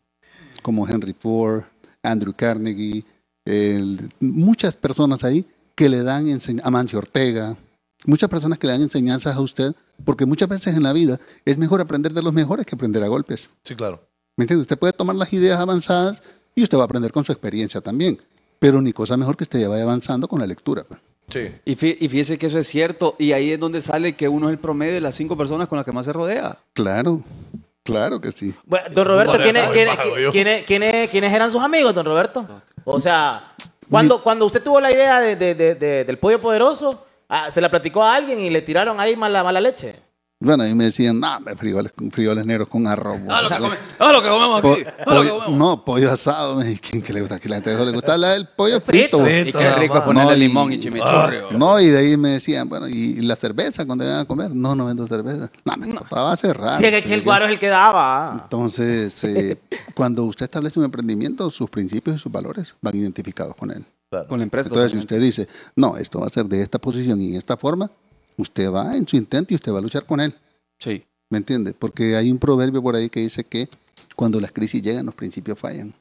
como Henry Ford, Andrew Carnegie, el- muchas personas ahí que le dan enseñanzas, Amancio Ortega, muchas personas que le dan enseñanzas a usted, porque muchas veces en la vida es mejor aprender de los mejores que aprender a golpes.
Sí, claro.
¿Me entiende? Usted puede tomar las ideas avanzadas y usted va a aprender con su experiencia también, pero ni cosa mejor que usted ya vaya avanzando con la lectura. pues.
Sí.
Y, fí- y fíjese que eso es cierto, y ahí es donde sale que uno es el promedio de las cinco personas con las que más se rodea.
Claro, claro que sí.
Bueno, don Roberto,
Bueno,
¿quiénes,
muy
quiénes-
vago yo.
quiénes- quiénes- quiénes eran sus amigos, don Roberto? O sea, cuando, cuando usted tuvo la idea de- de- de- de- del pollo poderoso, ah, se la platicó a alguien y le tiraron ahí mala, mala leche.
Bueno, a mí me decían, no, hombre, frijoles, con- frijoles negros con arroz.
¡Ah, lo que comemos
Po-
aquí! ¡Ah, lo que
pollo-
comemos!
no, pollo asado. me dije, ¿Quién que le gusta? Que la gente no le gusta la del pollo frito.
Frito.
Y qué rico es
Nada más.
ponerle
No, y- ah,
limón y chimichurri.
No, y de ahí me decían, bueno, ¿y la cerveza cuando iban a comer? No, no vendo cerveza. No, me va a
Ah,
cerrar.
Sí, que aquí el guaro es el que daba.
Entonces, eh, cuando usted establece un emprendimiento, sus principios y sus valores van identificados con él.
Con la empresa.
Entonces, si
totalmente.
usted dice, no, esto va a ser de esta posición y de esta forma, usted va en su intento y usted va a luchar con él.
Sí.
¿Me entiende? Porque hay un proverbio por ahí que dice que cuando las crisis llegan, los principios fallan.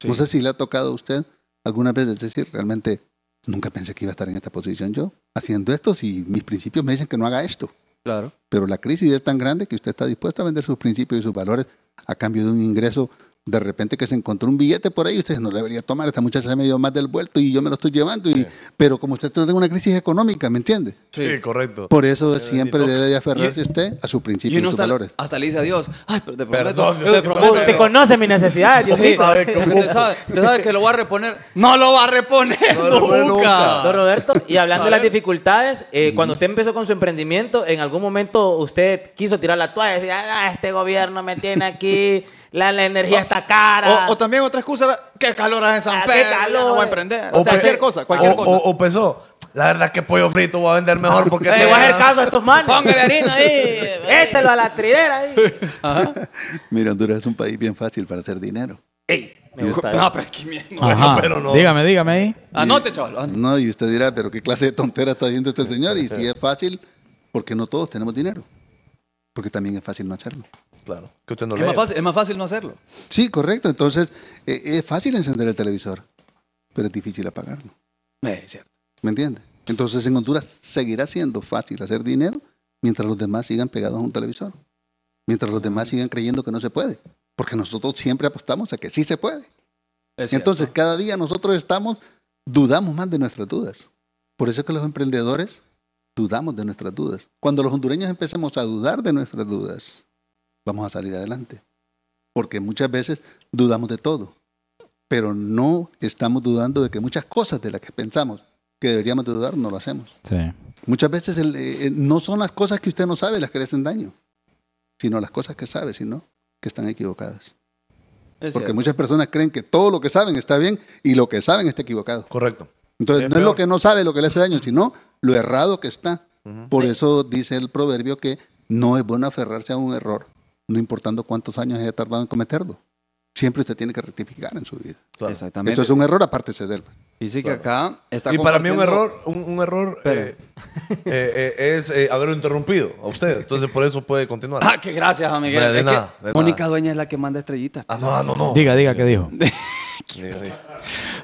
Sí.
No sé si le ha tocado a usted alguna vez es decir, realmente nunca pensé que iba a estar en esta posición yo, haciendo esto, si mis principios me dicen que no haga esto.
Claro.
Pero la crisis es tan grande que usted está dispuesto a vender sus principios y sus valores a cambio de un ingreso. De repente que se encontró un billete por ahí, usted no le debería tomar, esta muchacha me dio más del vuelto y yo me lo estoy llevando. Y, Pero como usted tiene una crisis económica, ¿me entiende?
Sí, correcto.
Por eso siempre
loca.
debe de aferrarse usted a sus
Y
principios y,
uno
sus
hasta,
valores.
hasta le dice a Dios, ay, pero te prometo,
Perdón,
yo te
Dios,
prometo.
perdón.
Te
que-
conoce mi necesidad,
Sí,
Diosito.
sabe
te sabe, te sabe, que lo va a reponer. No lo va a reponer
No lo va a reponer
nunca.
nunca.
Don Roberto, y hablando de las dificultades, eh, cuando usted empezó con su emprendimiento, ¿en algún momento usted quiso tirar la toalla y decir, "Ah, este gobierno me tiene aquí, la, la energía está cara?
O, o también otra excusa era, qué calor hace en San
Ah, qué
Pedro, ya
calor.
no voy a emprender.
O
O sea,
pe-
cualquier cosa, cualquier
o,
cosa. Ah,
O, o pensó, la verdad es que pollo frito voy a vender mejor
eh,
porque...
Le voy a hacer caso a estos manos.
Póngale harina ahí.
Échalo a la tridera. ahí.
Mira, Honduras es un país bien fácil para hacer dinero.
Ey, me gusta.
No, pero aquí mismo.
Ajá.
pero no.
Dígame, dígame ahí.
Anote, Ah, chaval. anote.
No, y usted dirá, pero qué clase de tontera está haciendo este señor. Y si es fácil, porque no todos tenemos dinero. Porque también es fácil no hacerlo.
Claro, que usted no
Es
le
más, fácil, es más fácil no hacerlo.
Sí, correcto. Entonces, eh, es fácil encender el televisor, pero es difícil apagarlo.
Eh, es cierto.
¿Me entiende? Entonces, en Honduras seguirá siendo fácil hacer dinero mientras los demás sigan pegados a un televisor. Mientras los demás sigan creyendo que no se puede. Porque nosotros siempre apostamos a que sí se puede.
Es cierto.
Entonces, cada día nosotros estamos, dudamos más de nuestras dudas. Por eso es que los emprendedores dudamos de nuestras dudas. Cuando los hondureños empecemos a dudar de nuestras dudas, vamos a salir adelante. Porque muchas veces dudamos de todo, pero no estamos dudando de que muchas cosas de las que pensamos que deberíamos de dudar no lo hacemos.
Sí.
Muchas veces el, eh, eh, no son las cosas que usted no sabe las que le hacen daño, sino las cosas que sabe, sino que están equivocadas.
Es
Porque
cierto.
muchas personas creen que todo lo que saben está bien y lo que saben está equivocado.
Correcto.
Entonces,
Es
no es lo
peor.
que no sabe lo que le hace daño, sino lo errado que está. Por eso dice el proverbio que no es bueno aferrarse a un error, no importando cuántos años haya tardado en cometerlo. Siempre usted tiene que rectificar en su vida.
Exactamente.
Esto es un error, aparte de él.
Y sí que acá está
Y para mí un
compartiendo-
error, un, un error eh, eh, eh, es eh, haberlo interrumpido a usted. Entonces por eso puede continuar.
Ah, que gracias, a Miguel.
Bueno, de
Es que
nada, de
Mónica
nada.
Dueña es la que manda estrellitas.
Ah, no, ah, no, no.
Diga, diga, ¿qué dijo?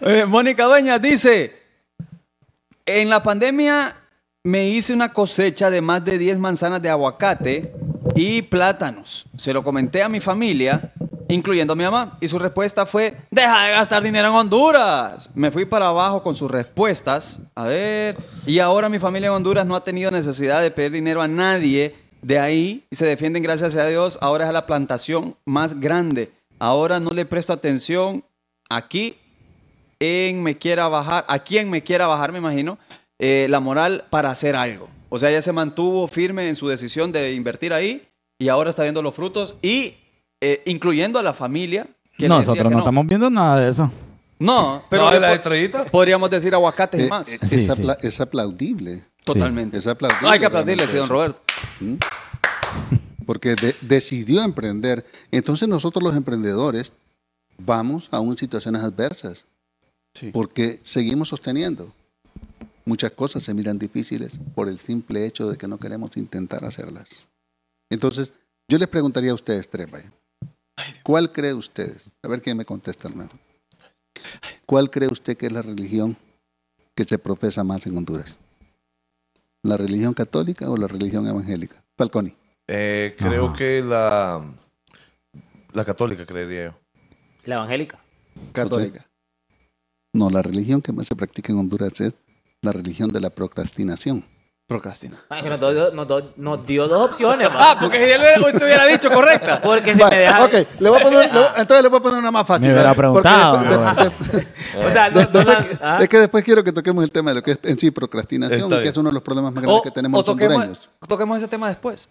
Eh, Mónica Dueñas dice, en la pandemia me hice una cosecha de más de 10 manzanas de aguacate y plátanos. Se lo comenté a mi familia, incluyendo a mi mamá, y su respuesta fue, deja de gastar dinero en Honduras. Me fui para abajo con sus respuestas. A ver, y ahora mi familia en Honduras no ha tenido necesidad de pedir dinero a nadie. De ahí se defienden, gracias a Dios, ahora es la plantación más grande. Ahora no le presto atención aquí en me quiera bajar, a quien me quiera bajar, me imagino, eh, la moral para hacer algo. O sea, ella se mantuvo firme en su decisión de invertir ahí y ahora está viendo los frutos y eh, incluyendo a la familia. que le decía
Nosotros
que
no estamos viendo nada de eso.
No, pero
No, de
le
la
po-
estrellita.
podríamos decir aguacates
Eh,
y más.
eh,
Sí,
es,
sí.
apla- es aplaudible.
Totalmente.
Es aplaudible.
Hay que aplaudirle, sí,
realmente
don
eso.
Roberto.
porque de- decidió emprender. Entonces nosotros los emprendedores vamos aún en situaciones adversas, porque seguimos sosteniendo. Muchas cosas se miran difíciles por el simple hecho de que no queremos intentar hacerlas. Entonces, yo les preguntaría a ustedes tres, vaya. ¿Cuál cree ustedes? A ver quién me contesta al mejor. ¿Cuál cree usted que es la religión que se profesa más en Honduras? ¿La religión católica o la religión evangélica? Falconi.
Eh, creo
Ajá.
que la, la católica, creería yo.
La evangélica.
Católica.
No, la religión que más se practica en Honduras es la religión de la procrastinación.
Procrastina.
Ah, que nos, dio, nos dio- nos dio dos opciones, va.
Ah, porque si él hubiera- usted hubiera dicho correcta.
Porque si me
Vale,
dejan.
Ah, ok, le voy a poner, le voy- entonces le voy a poner una más fácil.
Me hubiera
¿verdad? Porque
preguntado,
después- de-
O sea, no,
de-
no
después
las-
que-
ah.
Es que después quiero que toquemos el tema de lo que es en sí procrastinación,
Está
que es
bien.
uno de los problemas más grandes
O,
que tenemos
o
los
toquemos,
hondureños.
toquemos ese tema después.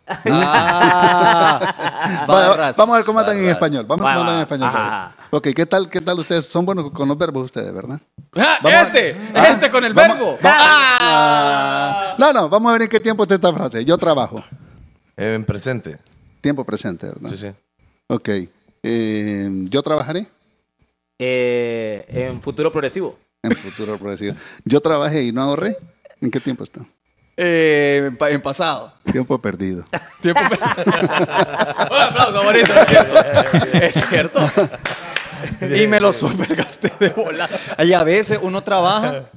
Ah,
Va-
barras,
vamos a ver cómo andan en
barras.
español. Vamos a ver
Va,
cómo andan en
va,
español.
ajá.
Ok, ¿qué tal, ¿qué tal ustedes? Son buenos con los verbos ustedes, ¿verdad?
Ah,
Vamos a-
este,
Ah,
este con el
vamos-
verbo.
va- ah.
Ah.
No, no, vamos a ver en qué tiempo está esta frase. Yo trabajo.
Eh, En presente.
Tiempo presente, ¿verdad?
Sí, sí.
Ok. eh, Yo trabajaré.
Eh, en futuro progresivo.
En futuro progresivo. Yo trabajé y no ahorré. ¿En qué tiempo está?
Eh, en, pa- en pasado.
Tiempo perdido.
Tiempo. Un aplauso, bonito, es cierto. Es cierto. Y me lo supergasté de bola. Y a veces uno trabaja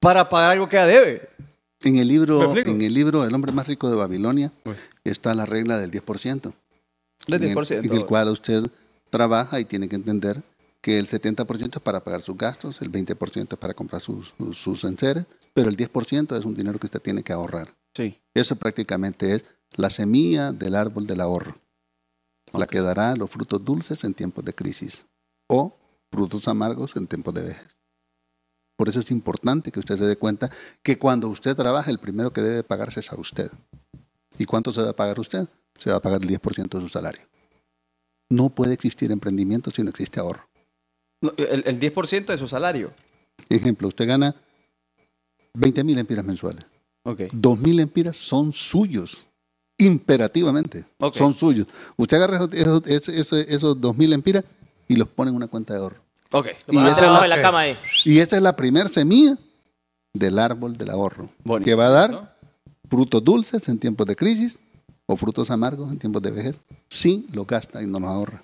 para pagar algo que ya debe.
En el
¿Me
libro,
explico?
en el libro El hombre más rico de Babilonia está la regla del 10%.
Del
en el-
10%.
En el, cual usted trabaja y tiene que entender que el 70% es para pagar sus gastos, el 20% es para comprar sus, sus, sus enseres, pero el 10% es un dinero que usted tiene que ahorrar.
Sí.
Eso prácticamente es la semilla del árbol del ahorro, la que dará los frutos dulces en tiempos de crisis o frutos amargos en tiempos de vejez. Por eso es importante que usted se dé cuenta que cuando usted trabaja, el primero que debe pagarse es a usted. ¿Y cuánto se va a pagar usted? Se va a pagar el 10% de su salario. No puede existir emprendimiento si no existe ahorro.
No, El, el 10% de su salario.
Ejemplo, usted gana 20 mil empiras mensuales.
Ok.
2.000 empiras son suyos, imperativamente.
Ok.
Son suyos. Usted agarra esos, esos, esos- esos 2.000 empiras y los pone en una cuenta de ahorro.
Ok.
Y
Ah,
esa, es
en
la,
la cama ahí.
y esa es la primer semilla del árbol del ahorro,
Bonito,
que va a dar
¿no?
frutos dulces en tiempos de crisis o frutos amargos en tiempos de vejez, si lo gasta y no los ahorra.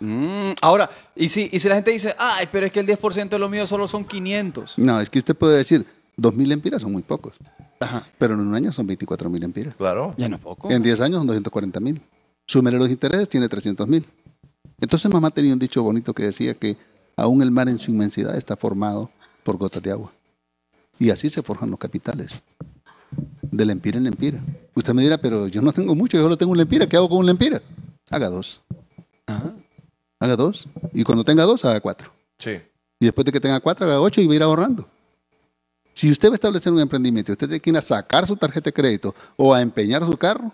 Mm, ahora, y si, y si la gente dice, ay, pero es que el 10% de lo mío solo son 500.
No, es que usted puede decir, 2.000 empiras son muy pocos,
Ajá.
pero en un año son 24.000 empiras.
Claro.
Ya no es poco.
En 10 años son 240 mil. Súmele los intereses, tiene 300 mil. Entonces mamá tenía un dicho bonito que decía que aún el mar en su inmensidad está formado por gotas de agua. Y así se forjan los capitales. Del empira en empira. Usted me dirá, pero yo no tengo mucho, yo solo tengo un empira. ¿Qué hago con un empira? Haga dos. Haga dos. Y cuando tenga dos, haga cuatro.
Sí.
Y después de que tenga cuatro, haga ocho y va a ir ahorrando. Si usted va a establecer un emprendimiento y usted tiene que ir a sacar su tarjeta de crédito o a empeñar su carro,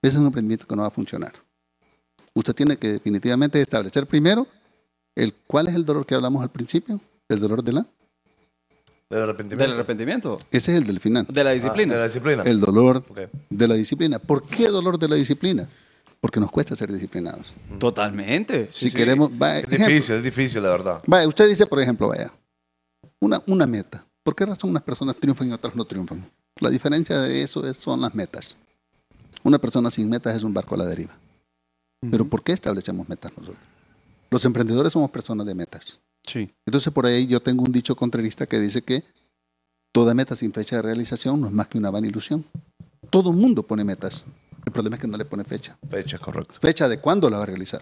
ese es un emprendimiento que no va a funcionar. Usted tiene que definitivamente establecer primero el cuál es el dolor que hablamos al principio, el dolor de la,
Del
Del
arrepentimiento.
arrepentimiento.
ese es el del final,
De la
Ah,
disciplina.
de la disciplina.
el dolor
Ok.
de la disciplina. ¿Por qué dolor de la disciplina? Porque nos cuesta ser disciplinados.
Totalmente.
si queremos, va,
Es
ejemplo,
difícil, es difícil, la verdad.
Vaya, usted dice, por ejemplo, vaya, una, una meta. ¿Por qué razón unas personas triunfan y otras no triunfan? La diferencia de eso es- son las metas. Una persona sin metas es un barco a la deriva. Pero ¿por qué establecemos metas nosotros? Los emprendedores somos personas de metas.
Sí.
Entonces por ahí yo tengo un dicho contrarista que dice que toda meta sin fecha de realización no es más que una vana ilusión. Todo el mundo pone metas. El problema es que no le pone fecha.
Fecha, correcto.
Fecha de cuándo la va a realizar.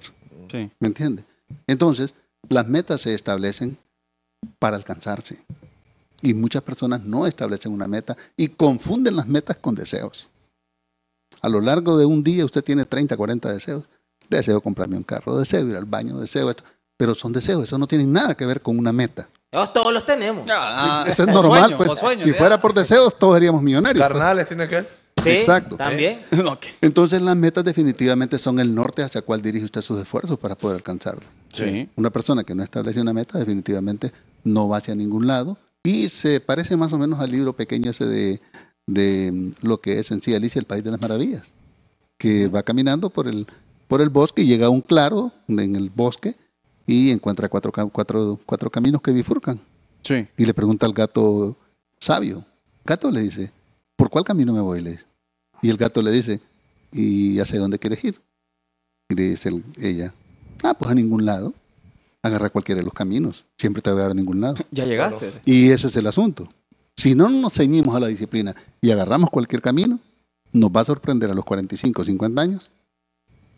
Sí.
¿Me entiende? Entonces, las metas se establecen para alcanzarse. Y muchas personas no establecen una meta y confunden las metas con deseos. A lo largo de un día usted tiene 30, 40 deseos. Deseo comprarme un carro, deseo ir al baño, deseo esto. pero son deseos, eso no tiene nada que ver con una meta.
Todos, todos los tenemos.
Ah,
eso es
o
normal,
sueño,
pues.
o sueño,
si
ya.
fuera por deseos, todos seríamos millonarios. pues.
Carnales tiene que.
Sí,
exacto.
También.
No, ¿qué?
Entonces las metas definitivamente son el norte hacia cuál dirige usted sus esfuerzos para poder alcanzarlo.
Sí.
Una persona que no establece una meta definitivamente no va hacia ningún lado y se parece más o menos al libro pequeño ese de, de, mm, lo que es en sí Alicia, el País de las Maravillas, que va caminando por el, por el bosque y llega a un claro en el bosque y encuentra cuatro, ca- cuatro, cuatro caminos que bifurcan.
Sí.
Y le pregunta al gato sabio. Gato le dice, ¿por cuál camino me voy? Le dice. Y el gato le dice, ¿y hacia dónde quieres ir? Y le dice el- ella, ah, pues a ningún lado. Agarra cualquiera de los caminos. Siempre te va a dar a ningún lado.
Ya llegaste.
Y ese es el asunto. Si no nos ceñimos a la disciplina y agarramos cualquier camino, nos va a sorprender a los 45, 50 años,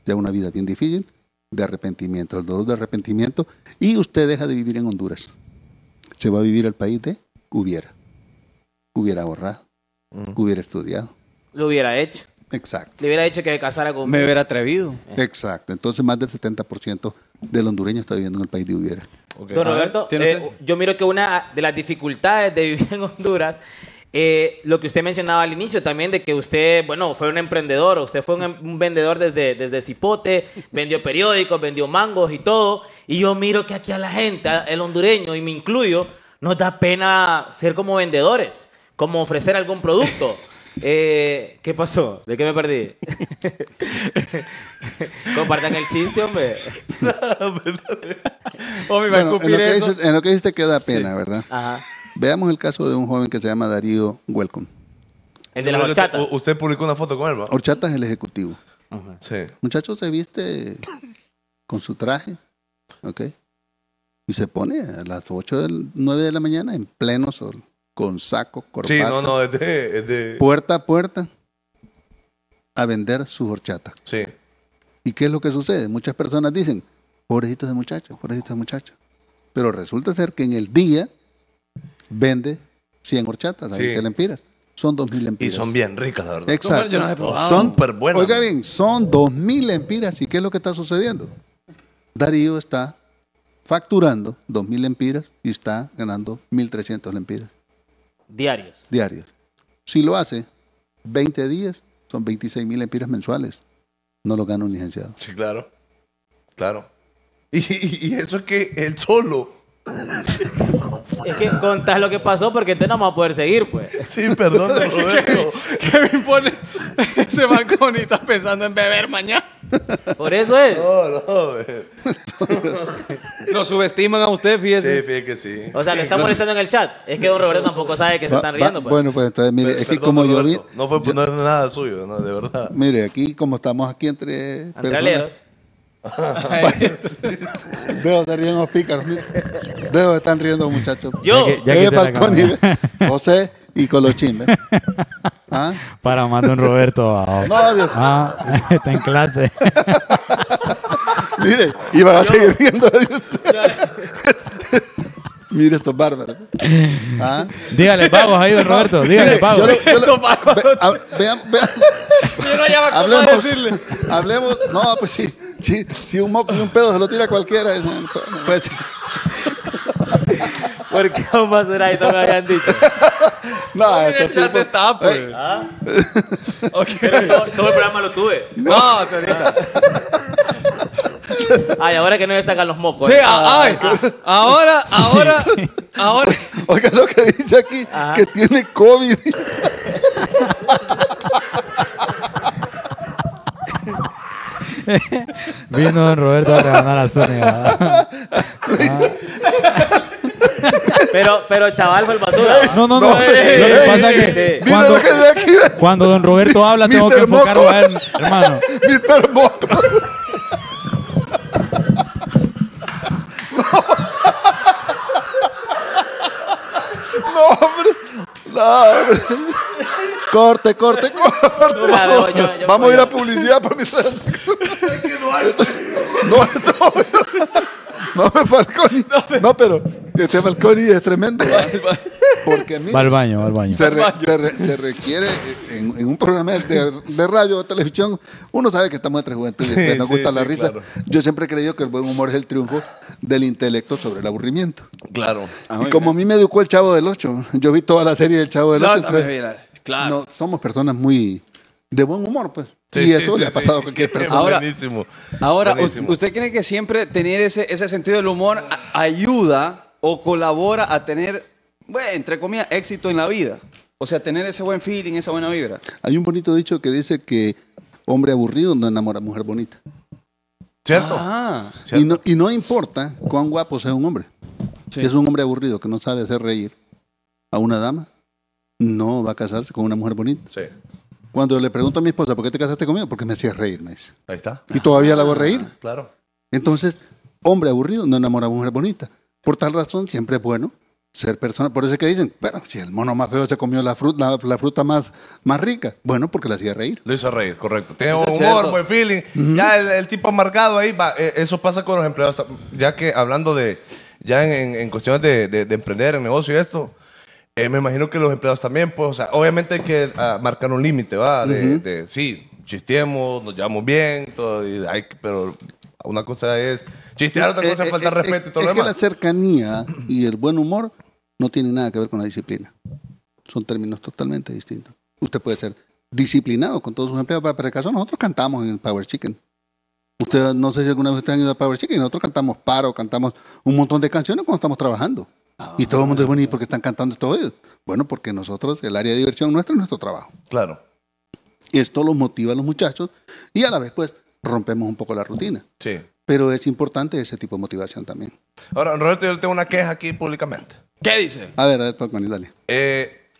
ya una vida bien difícil, de arrepentimiento, el dolor de arrepentimiento, y usted deja de vivir en Honduras. Se va a vivir al país de hubiera. Hubiera ahorrado, hubiera estudiado.
Lo hubiera hecho.
Exacto,
Le hubiera dicho que casara con.
Me hubiera atrevido.
exacto. Entonces más del 70% del hondureño está viviendo en el país de hubiera.
Don
A ver,
Roberto,
¿tiene
eh,
usted?
yo miro que una de las dificultades de vivir en Honduras, eh, lo que usted mencionaba al inicio también, de que usted, bueno, fue un emprendedor, usted fue un, em- un vendedor desde, desde Cipote, vendió periódicos, vendió mangos y todo, y yo miro que aquí a la gente, a- el hondureño, y me incluyo, nos da pena ser como vendedores, como ofrecer algún producto. Eh, ¿Qué pasó? ¿De qué me perdí? Compartan el chiste, hombre.
Hombre,
Bueno, en, lo que dice- en lo que dice usted queda pena, ¿verdad?
Ajá.
Veamos el caso de un joven que se llama Darío Welcome.
El de la horchata.
U- Usted publicó una foto con él, ¿va?
Horchata es el ejecutivo.
Sí.
Muchacho se viste con su traje, ¿ok? Y se pone a las 8 del 9 de la mañana en pleno sol, con saco, corbata,
Sí, no, no, es de. es de-
puerta a puerta, a vender sus horchatas.
Sí.
¿Y qué es lo que sucede? Muchas personas dicen, pobrecito de muchacho, pobrecito de muchacho. Pero resulta ser que en el día vende 100 horchatas, a
Sí.
20 lempiras. Son 2.000
Y
lempiras.
son bien ricas, la verdad.
Exacto.
Yo no las he probado.
Son
Súper buenas.
Oiga bien, son 2.000 lempiras. ¿Y qué es lo que está sucediendo? Darío está facturando 2.000 lempiras y está ganando 1.300 lempiras
Diarios.
diarios. Si lo hace 20 días, son 26.000 lempiras mensuales. No lo gana un licenciado.
Sí, claro. Claro. Y, y- y eso es que él solo.
Es que contás lo que pasó porque entonces no vamos a poder seguir, pues.
Sí, perdón, don Roberto.
¿Qué me impone ese balcón y estás pensando en beber mañana?
Por eso es.
No, no, eh.
Lo subestiman a usted,
Sí,
fíjese.
fíjate que sí.
O sea, lo están molestando en el chat. Es que Don Roberto tampoco sabe que se
Va-
están
va-
riendo, pues.
Bueno, pues entonces, mire, es que
Perdón,
como
don
yo vi,
Roberto. No fue por no es nada suyo, no, de verdad.
mire, aquí como estamos aquí entre,
Entre
personas,
aleros.
veo que ríen los pícaros, mire. veo que están riendo muchachos.
Yo.
Ya que- ya
Eh,
quité la
Falconi,
cámara.
José y Colochín. ¿ve? ¿Ah?
Para más don Roberto. ah,
No, Dios.
ah, está en clase.
Mire, y van a seguir riendo de usted. Mire estos bárbaros. ¿Ah?
Dígale pagos ahí, don Roberto. Dígale
Mire, yo
pagos.
le- yo le- ve- a- vean- vean- hablemos, hablemos. No, pues sí. Si un moco y un pedo se lo tira cualquiera. es-
Pues,
¿Por qué un basuradito me habían dicho?
No,
en el
este
chat
tipo-
está, pues.
Ey,
Ok.
Todo, todo el programa lo tuve.
No, señorita.
Ay, ahora que no me sacan los mocos.
Sí, ah,
eh.
ah,
a- ay, ahora, ahora, ahora.
Oiga lo que dice aquí, que tiene COVID.
Vino don Roberto a rebanar las túnicas.
Pero, pero chaval fue el basura.
No, no, no. Lo que pasa es que
Eh, Mira
cuando,
lo que dice aquí. ve.
cuando don Roberto habla tengo que
Mr. Moco.
enfocarlo a él, hermano.
Mr. Moco. No, hombre. No, hombre. Corte, corte, corte.
Ya, yo- yo- yo-
Vamos a ir a publicidad para mi rato. No, no, no, me Falconi. No, pero Este balcón es tremendo. ¿va? Porque mira,
Va al baño, va al baño.
se, re- se re- se requiere eh, en, en un programa de, de radio o televisión, uno sabe que estamos entre juventud y después
Sí,
nos
sí,
gusta la
sí,
risa.
claro.
Yo siempre he creído que el buen humor es el triunfo del intelecto sobre el aburrimiento.
Claro.
y como a mí me educó el Chavo del Ocho, yo vi toda la serie del Chavo del
No,
Ocho.
también,
entonces,
mira, claro.
no, somos personas muy de buen humor, pues.
Sí,
y
sí,
eso
sí,
le ha
sí.
pasado a cualquier persona.
Ahora-
Buenísimo.
Ahora,
Buenísimo.
¿us- ¿usted cree que siempre tener ese, ese sentido del humor a- ayuda o colabora a tener, bueno, entre comillas, éxito en la vida? O sea, tener ese buen feeling, esa buena vibra.
Hay un bonito dicho que dice que hombre aburrido no enamora a mujer bonita.
¿Cierto?
Ah,
Y
¿Cierto?
no, y no importa cuán guapo sea un hombre. Si es un hombre aburrido que no sabe hacer reír a una dama, no va a casarse con una mujer bonita.
Sí.
Cuando le pregunto a mi esposa, ¿por qué te casaste conmigo? Porque me hacías reír, me dice.
Ahí está.
Y todavía la voy a reír.
Claro.
Entonces, hombre aburrido no enamora a mujer bonita. Por tal razón, siempre es bueno ser persona. Por eso es que dicen, pero si el mono más feo se comió la fruta, la, la fruta más, más rica. Bueno, porque la hacía reír.
Lo hizo reír, correcto. Tiene
Eso
humor,
es cierto.
buen feeling. Ya el, el tipo amargado ahí va. Eh, Eso pasa con los empleados. Ya que hablando de. Ya en, en- en cuestiones de, de- de emprender, en negocio y esto. eh, me imagino que los empleados también, pues, o sea, obviamente hay que ah, marcar un límite, ¿va? De, de, sí, chisteemos, nos llevamos bien, todo, y hay que- pero una cosa es chistear, otra
Eh,
cosa
eh,
es faltar
eh,
respeto y todo
es
lo
que la
demás.
cercanía y el buen humor no tienen nada que ver con la disciplina. Son términos totalmente distintos. Usted puede ser disciplinado con todos sus empleados. Para para el caso, nosotros cantamos en el Power Chicken. Usted, no sé si alguna vez ustedes han ido a Power Chicken. Nosotros cantamos paro, cantamos un montón de canciones cuando estamos trabajando. y todo el mundo es bueno, ¿y por qué están cantando todos ellos? Bueno, porque nosotros, el área de diversión nuestra es nuestro trabajo.
Claro,
Esto los motiva a los muchachos y a la vez, pues, rompemos un poco la rutina.
sí.
Pero es importante ese tipo de motivación también.
Ahora, Roberto, yo le tengo una queja aquí públicamente.
¿qué dice?
A ver, a ver, Paco, dale.
Eh,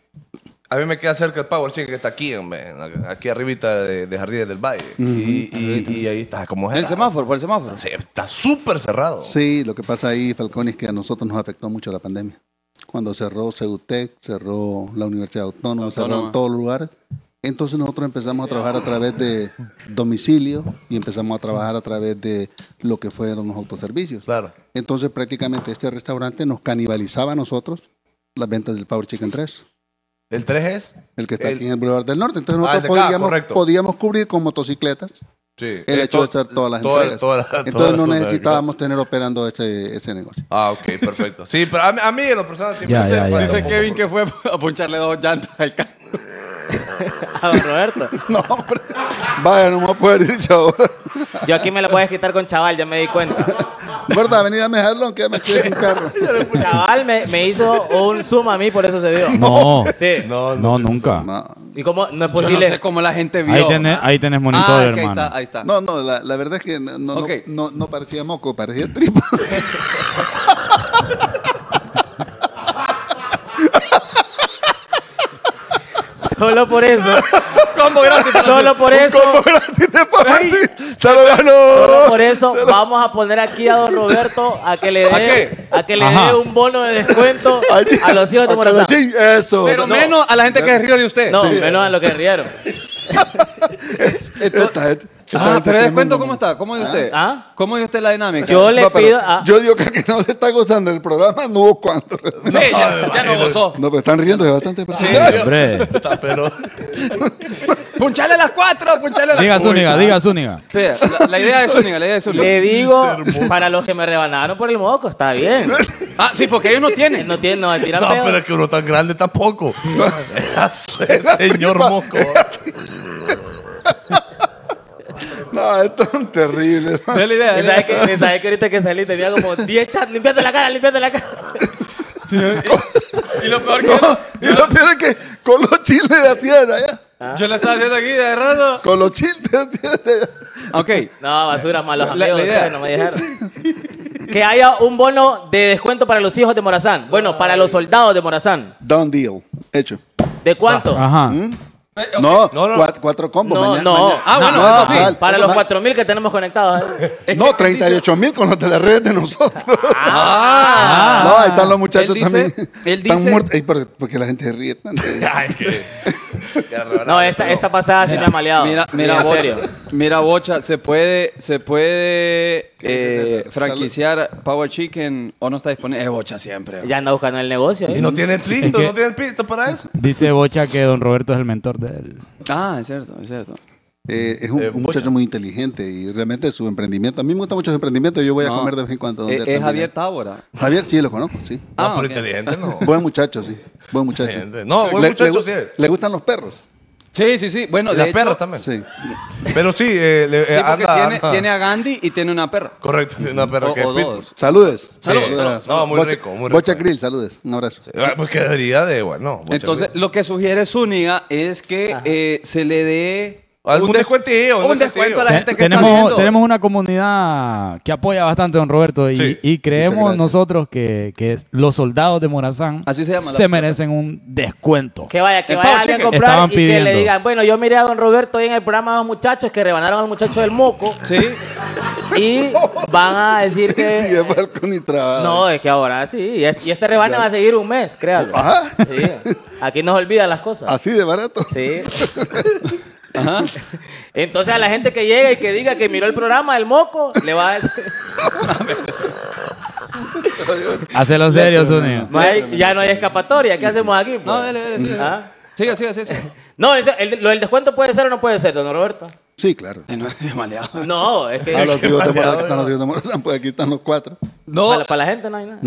a mí me queda cerca el Power Chicken que está aquí, hombre, en la- aquí arribita de, de Jardines del Valle. y, y- y ahí está como
En el
cerrado.
semáforo, por el semáforo.
Sí, está súper cerrado.
Sí, lo que pasa ahí, Falcón, es que a nosotros nos afectó mucho la pandemia. Cuando cerró CEUTEC, cerró la Universidad Autónoma, cerraron todos los lugares. Entonces nosotros empezamos a trabajar a través de domicilio y empezamos a trabajar a través de lo que fueron los autoservicios.
Claro.
Entonces prácticamente este restaurante nos canibalizaba a nosotros las ventas del Power Chicken 3,
El 3 es.
el que está
El-
aquí en el Boulevard del Norte. Entonces
Ah, el
nosotros
de acá,
podíamos,
correcto.
podíamos cubrir con motocicletas
Sí.
el
Eh,
hecho de
to-
hacer todas las
toda-
entregas.
toda la- toda
Entonces
la-
no
toda la-
necesitábamos tener operando ese, ese negocio.
Ah, ok, perfecto. Sí, pero a mí, a mí en lo personal sí
Ya,
me
ya,
hace-
ya.
bueno,
Dice
tampoco,
Kevin
porque-
que fue a poncharle dos llantas al carro.
A don Roberto.
No, hombre. Vaya, no me voy a poder ir yo ahora.
Yo aquí me la voy a quitar con chaval, ya me di cuenta.
Gorda, venid a mejarlo, que ya me quedé sin carro.
Chaval me, me hizo un zoom a mí, por eso se dio.
No,
Sí.
No, no.
no, nunca.
No,
¿Y cómo? No es
Yo no
posible.
sé cómo la gente vio.
Ahí tenés, ahí tenés
Ah,
monitor,
es que
hermano.
Ahí está, ahí está.
no, no, la, la verdad es que no, no,
Ok.
no, no parecía moco, parecía tripa.
Solo por eso.
Combo gratis.
Solo por eso.
Como gratis de papá, sí. Se lo
Solo
ganó.
por eso vamos a poner aquí a don Roberto a que le
¿A
dé
qué?
a que le
Ajá.
dé un bono de descuento
Allí,
a los hijos de
a
Morazán.
Calachín, Eso.
Pero
No,
menos a la gente que se rió de usted. Ah,
No, menos a lo que rieron.
esta gente- esta
Ah, pero
gente tremenda.
descuento, ¿cómo está? ¿Cómo es usted?
¿Ah?
¿Cómo es usted la dinámica?
Yo le
No, pero
pido a,
Yo digo que el que no se está gozando del programa, no hubo cuánto.
Sí, ya, ya no gozó.
No, pero están riendo de bastante.
Hombre.
Está, pero.
¡Punchale las cuatro! ¡Punchale las
Diga
cuatro!
Zúñiga, diga Zúñiga.
Espera, La, la idea de Zúñiga, la idea de Zúñiga.
le digo para los que me rebanaron por el moco, está bien.
Ah, sí, porque ellos no tienen.
No tiene no tiran
No,
pedo.
pero es que uno tan grande tampoco. Señor Mosco.
No, esto es tan terrible.
Es la idea.
Y
es la
sabes
idea.
que, y sabes que ahorita que salí tenía como 10 chats limpiando la cara, limpiando la cara.
Y lo peor que
No, y lo peor es que con los chiles de tierra, ya.
Ah.
yo, yo lo estaba haciendo aquí de rato.
Con los chiles de tierra.
Ok.
No, basura, malos
La- la
amigos,
idea.
ustedes no me dejaron. Que haya un bono de descuento para los hijos de Morazán. Bueno, para los soldados de Morazán.
Done deal. Hecho.
¿De cuánto?
Ah, Ajá.
¿Mm? No,
No, no.
cua- cuatro combos.
No,
mañana-
Pues no.
mañana-
Ah, bueno,
No,
eso sí.
mal.
Para los
Ma-
4.000 que tenemos conectados.
Es
No,
que él dice-
38 mil con los de las redes de nosotros.
Ah.
no, ahí están los muchachos
Él dice-
también.
él
Están
dice-
muertos. Ey, pero- porque la gente ríe tanto.
Ay, que. ya, la verdad,
No, esta, esta pasada sí me ha maleado.
Mira, mira,
en
Bocha.
serio.
Mira, Bocha, se puede, se puede eh, franquiciar Power Chicken o no está disponible. Es bocha siempre.
Ya anda buscando el negocio. ¿eh?
Y no tienen
Es
listo,
que-
no tienen listo para eso.
Dice Bocha que Don Roberto es el mentor de él.
Ah, es cierto, es cierto.
Eh, es un,
Eh,
un muchacho
mucha.
muy inteligente y realmente su emprendimiento. A mí me gusta mucho su emprendimiento. Yo voy a
No.
comer de vez en cuando. donde
Eh,
él
es
también.
Javier Tábora.
Javier, sí, lo conozco, sí.
Ah,
no, pero
ok.
inteligente no.
Buen muchacho, sí. Buen muchacho.
Gente, Eh, no, buen
Le-
muchacho
le, gu-
sí es.
le gustan los perros.
Sí, sí, sí. Bueno,
Y
de
las
hecho,
perras también.
Sí.
Pero sí, eh, le-
sí,
eh,
porque
anda-
tiene,
anda.
tiene a Gandhi y tiene una perra.
Correcto, tiene una perra
O,
que es
o
pitbull.
dos.
Saludes.
Salud,
Saludes
salud,
a-
salud. No, muy
Bocha-
rico, muy rico.
Bocha Grill, saludes. Un abrazo.
Ah, Pues quedaría de, bueno. mucha
Entonces,
vida.
lo que sugiere Zúñiga es que eh, se le dé
Algún
des-
descuentillo, un
Un descuento
descuentillo.
a la gente
Ten-
que está
tenemos,
viendo.
tenemos una comunidad que apoya bastante a Don Roberto y,
Sí.
y
Muchas
creemos
gracias.
nosotros que, que los soldados de Morazán
Así se llama la pelota.
merecen un descuento.
Que vaya, que
El
vaya
Pau
alguien a
Chicken.
comprar
Estaban
y que le
pidiendo.
digan, bueno, yo miré a don Roberto ahí en el programa de los muchachos que rebanaron al muchacho del moco
Sí.
y van a decir que...
Sí, de balcón y trabado.
No, es que ahora sí. Y es- y este rebane va a seguir un mes, créalo.
Ajá.
Sí, aquí nos olvidan las cosas.
Así de barato.
Sí. Entonces a la gente que llega y que diga que miró el programa del moco, le va a decir,
Hacelo serio, Zúñiga.
"No hay- ya no hay escapatoria, ¿qué hacemos aquí? pues?"
No, dale, dale, sí.
Ah.
Siga, siga, siga. siga.
No, eso- el, lo del descuento puede ser o no puede ser, don Roberto.
Sí, claro.
Ay, No, es maleado.
No, es que
A los tíos de
mareado,
Morazán, los tíos de Morazán, pues aquí están los cuatro.
No.
para, para la gente no hay nada.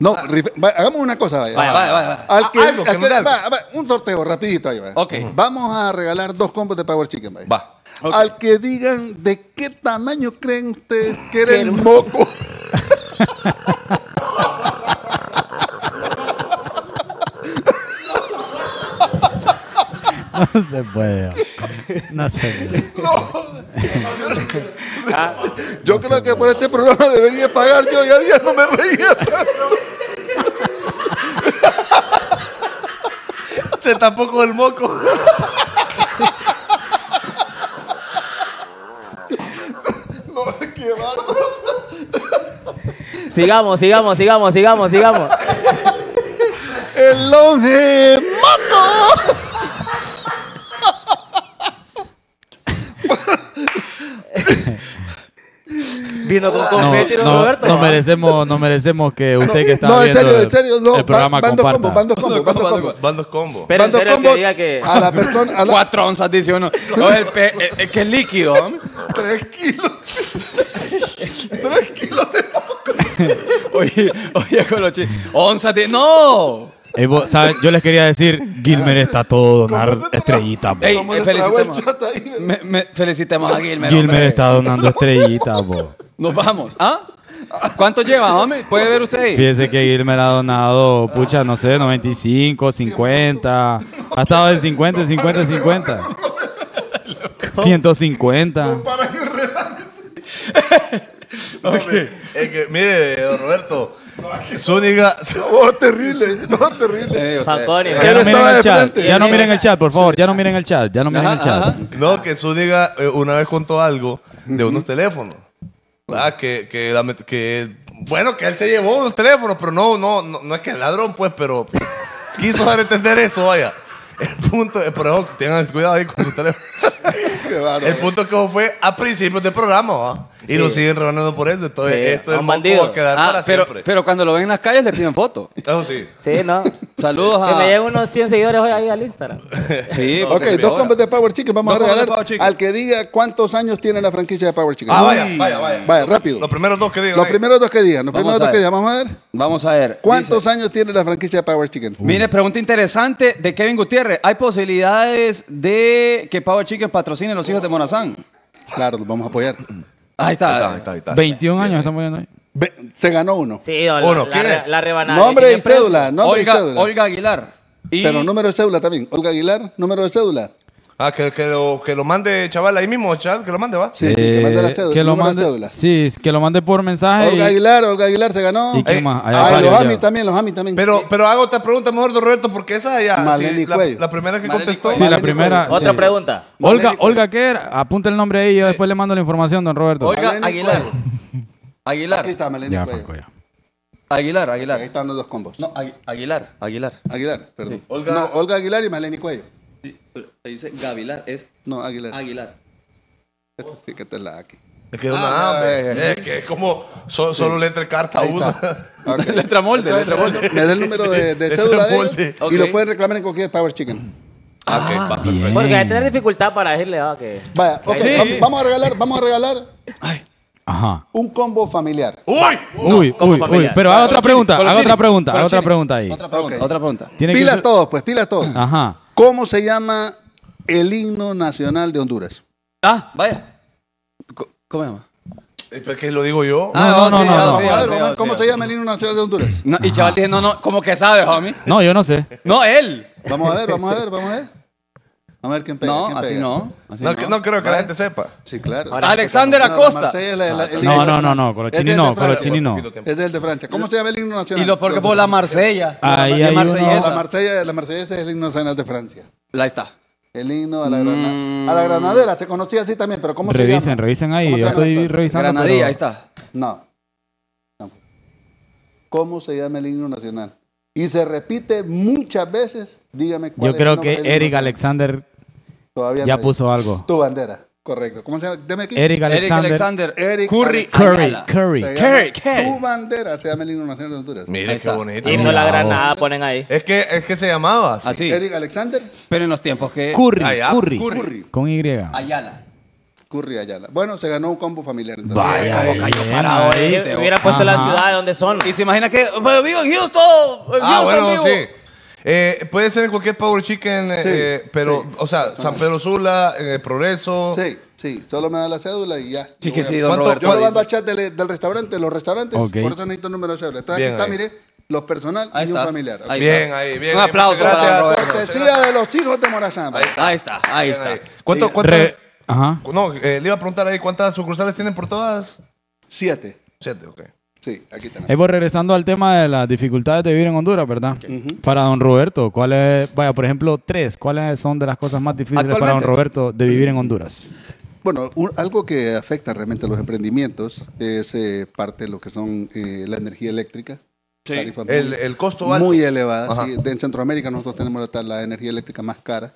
No, rife- va- hagamos una cosa, vaya.
Vaya,
Ah,
Vaya, vaya, vaya.
Al que,
Ah. Algo, que
al
me
que-
dé algo.
va, va, un sorteo rapidito ahí, vaya.
Ok.
Vamos a regalar dos combos de Power Chicken, vaya.
Va.
Ok.
Al que digan de qué tamaño creen ustedes que era el
Quiero-
moco.
No se puede. No se puede.
Yo creo que por este programa debería pagar yo y día no me reía.
Se tapó con el moco.
No, qué bárbaro.
Sigamos, sigamos, sigamos, sigamos, sigamos.
El longe moco.
Vino con
No,
confeti, don
no,
Roberto.
no merecemos, no merecemos que usted que está
No, en
viendo
serio, en serio, no.
el programa
van, van dos combos,
comparta.
van dos combos, van dos combos.
Van dos combos.
Pero
Van
en
dos
serio, el que
combos
diga que.
a la persona, a la,
Cuatro onzas, dice uno. No, el pe- eh, eh, que es líquido. ¿eh?
Tres kilos. Tres kilos de
Oye, oye, con los chi- Onzas de. ¡No!
Eh, vos, ¿saben? Yo les quería decir, Gilmer está todo donar estrellitas. bo.
Ey,
¿Cómo
eh,
se trabó el
felicitemos.
chat ahí?
Me, me- felicitemos a Gilmer.
Gilmer
hombre.
está donando estrellitas. bo.
Nos vamos. ¿Ah? ¿Cuánto lleva, hombre? ¿Puede ver usted ahí?
Fíjese que Gilmer ha donado, pucha, no sé, 95, 50. Ha estado en 50, 50, 50. 150.
Es que, mire, don Roberto. Zúñiga.
Oh, terrible, no, terrible.
Eh, usted.
Fanconi,
Ya no
Él
miren
estaba
el
de
chat,
frente.
ya no miren el chat, por favor, ya no miren el chat, ya no miren el
Ajá,
chat.
ajá.
No, que Zúñiga eh, una vez contó algo de unos teléfonos. Ah, que, que, la met- que- bueno, que él se llevó unos teléfonos, pero no, no, no, no es que es ladrón, pues, pero quiso dar a entender eso, vaya. El punto, eh, por eso tengan cuidado ahí con sus teléfonos.
Qué bárbaro.
El punto que fue a principios del programa, ¿va? Y
Sí.
lo siguen rebanando por eso. Entonces,
Sí,
esto
a
es
un
moco
bandido.
va a quedar
Ah,
para
pero,
siempre.
pero cuando lo ven en las calles le piden foto.
Eso sí.
Sí, ¿no?
Saludos
Que me
a.
lleguen unos 100 seguidores hoy ahí al Instagram.
Sí,
Ok,
porque-
dos combos de Power Chicken vamos
Dos
a
combos de
regalar
Power Chicken.
al que diga cuántos años tiene la franquicia de Power Chicken.
Ah,
Uy.
vaya, vaya, vaya.
Vaya, rápido.
Los primeros dos que digan.
Los
ahí.
primeros dos que digan, los
Vamos
primeros
a
dos que
ver.
digan, vamos a ver.
Vamos a ver.
¿Cuántos
Dice-
años tiene la franquicia de Power Chicken?
Mire, pregunta interesante de Kevin Gutiérrez. ¿Hay posibilidades de que Power Chicken patrocine a los hijos de Morazán?
Claro, los vamos a apoyar.
Ahí está.
Ahí está, ahí está, ahí está.
21
Eh,
años están poniendo ahí.
Ve- se ganó uno.
Sí, don,
Uno,
la,
¿quién
la,
es?
la rebanada.
Nombre y
¿Quién es preso?
cédula, nombre y
Olga,
cédula.
Olga Aguilar. Y
Pero número de cédula también. Olga Aguilar, número de cédula.
Ah, que, que, lo, que lo mande, chaval, ahí mismo, chaval, que lo mande, va.
Sí, sí, que mande la
Eh,
cédula.
que lo
número de
mande-
cédula.
sí, es que lo mande por mensaje.
Olga
y-
Aguilar, Olga Aguilar se ganó. Eh,
¿Y quién
Ey,
más? Ahí
hay
Ay,
varios
los
ya.
Ami también, los Ami también.
Pero, pero hago otra pregunta mejor, don Roberto, porque esa ya.
Maleni
sí, la,
Cuello.
la primera que
Maleni
contestó.
Sí, la
Maleni
primera.
Cuello.
Otra
sí.
pregunta.
Olga,
Maleni Cuello.
Olga, ¿qué era? Apunta el nombre ahí, yo después le mando la información, don Roberto.
Olga
Maleni
Aguilar.
Cuello.
Aguilar.
Aquí está, Maleni
ya, pues,
Cuello.
Franco, ya.
Aguilar,
Ahí
Aguilar.
están los dos combos.
No, Agui- Aguilar, Aguilar.
Aguilar, perdón.
Olga-
No, Olga Aguilar y Maleni Cuello.
Se dice Gavilar, es
No, Aguilar.
Aguilar.
Esta sí que esta es la aquí.
Es que es una hambre. Es que es como so- solo letra y carta
Ahí
uno.
está. Ok.
Letra molde,
Entonces,
letra molde.
Me da el número de, de
Letra
cédula de ellos
molde.
Ok.
y lo pueden reclamar en cualquier Power Chicken.
Ah, ok, va, perfecto.
Porque hay que tener dificultad para decirle ah, que.
Vaya, ok,
Sí.
vam- vamos a regalar, vamos a regalar
Ajá.
un combo familiar.
¡Uy!
Uy,
como
uy,
familiar.
uy. Pero haga otra
Colochini,
pregunta, haga
Colochini,
otra pregunta, haga
Colochini.
otra pregunta ahí.
Otra pregunta,
Ok.
otra pregunta.
Tiene que
pila
ser-
todos, pues, pila todos.
Ajá.
¿Cómo se llama el himno nacional de Honduras?
Ah, vaya. Co- ¿Cómo se llama?
Eh, ¿Pero qué lo digo yo?
Ah,
No, no, no, no,
sí, ah,
no.
sí,
Vamos a
ah,
ver,
sí,
vamos a
ah,
ver, ¿cómo
sí,
se
ah.
llama el himno nacional de Honduras?
No, y chaval dice, no, no, ¿cómo que sabe, homie?
No, yo no sé.
No, él.
Vamos a ver, vamos a ver, vamos a ver. Vamos a ver quién pega.
No,
quién
así
pega.
no. así
no, que- no creo que la gente sepa.
Sí, claro.
Ahora-
Alexander
No,
Acosta.
Marsella es la- la- el himno
No, no, no,
nacional.
no. Colochini
Este es
no,
de Francia.
Colochini no.
Este Es el de Francia. ¿Cómo se llama el himno nacional?
Y lo peor que por la Marsella.
Ahí
la
hay uno-
La
marsellesa.
Marsella, la Marsellesa es el himno nacional de Francia.
Ahí está.
El himno a la, grana- a la granadera, se conocía así también, pero ¿cómo se
Revisen,
llama?
revisen ahí.
¿Cómo se
Yo
llama
estoy
esto?
revisando.
Granadilla,
pero-
ahí está.
No. No. ¿Cómo se llama el himno nacional? Y se repite muchas veces, dígame cuál
Yo
es el
creo
nombre
que
del himno
Eric
nacional.
Alexander
Todavía
ya
nadie.
puso algo.
Tu bandera, correcto. ¿Cómo se llama? Deme aquí.
Eric
Eric
Alexander.
Alexander.
Eric
Curry.
Alexander.
Curry,
Ayala.
Curry.
Se llama
Kerry, Kerry.
Tu bandera se llama el himno nacional de Honduras.
Mire qué
está.
bonito.
Himno la
Mira,
granada ponen ahí.
Es que, es que se llamaba así.
Así.
Eric Alexander,
Pero en los tiempos que.
Curry,
ah,
Allá.
Curry.
Curry.
Con Y.
Ayala.
Curry Ayala. Bueno, se ganó un combo familiar. entonces.
Vaya,
Como cayó
bien,
parado
ahí.
este,
Eh, Hubiera puesto la
Ajá.
ciudad de donde son.
Y se imagina que. "Pero Vivo en Houston. en
Ah,
Houston
bueno,
vivo".
sí. Eh, puede ser en cualquier Power Chicken, eh,
Sí,
eh, pero,
sí.
o sea, San Pedro Sula, eh, Progreso.
Sí, sí, solo me da la cédula y ya.
Sí,
Yo
que
voy a-
sí, don
¿Cuánto-
Roberto.
Yo lo
dice?
mando a chat del, del restaurante, los restaurantes,
Ok.
por eso necesito el número de cédula. Entonces
Bien
aquí está,
ahí.
mire, los personal
Ahí
y un
está.
familiar.
Ahí
Bien,
está.
ahí, bien.
Un
bien,
aplauso para
muchas
don
gracias.
Roberto.
Cortesía de los hijos de Morazán.
Ahí
Ahí está, ahí está.
¿Cuánto,
Sí.
cuánto
Re- Ajá.
No, eh, le iba a preguntar ahí cuántas sucursales tienen por todas.
Siete.
Siete, ok.
Sí, aquí tenemos.
Ahí voy regresando al tema de las dificultades de vivir en Honduras, ¿verdad? Para don Roberto, ¿cuáles, vaya, por ejemplo, tres, cuáles son de las cosas más difíciles para don
Actualmente. Mm.
Roberto de vivir en Honduras?
Bueno, un- algo que afecta realmente a los emprendimientos es eh, parte de lo que son eh, la energía eléctrica. Tarifas muy-
El, el costo alto.
Muy elevada.
Ajá.
sí. De- en Centroamérica nosotros tenemos la, la energía eléctrica más cara.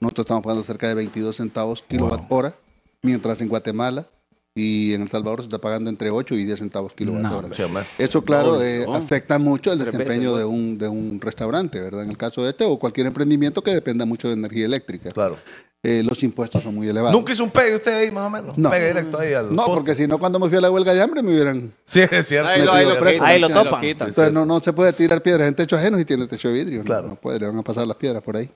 Nosotros estamos pagando cerca de 22 centavos kilowatt hora, mientras en Guatemala y en El Salvador se está pagando entre 8 y 10 centavos kilowatt hora.
hombre. Sí, hombre.
Eso, claro, eh, afecta mucho el desempeño de un, de un restaurante, ¿verdad? En el caso de este o cualquier emprendimiento que dependa mucho de energía eléctrica.
Claro.
Eh, los impuestos son muy elevados.
Nunca hizo un pegue usted ahí, más o menos.
No.
Pegue directo ahí al.
no,
poste.
porque si no, cuando me fui a la huelga de hambre me hubieran...
Sí, es cierto.
Ahí lo,
Metido
ahí lo,
preso.
quitan,
Ahí
lo
quitan,
topan.
quitan.
Entonces no, no se puede tirar piedras en techo ajeno si tiene techo de vidrio. ¿no?
Claro.
No puede, le van a pasar las piedras por ahí.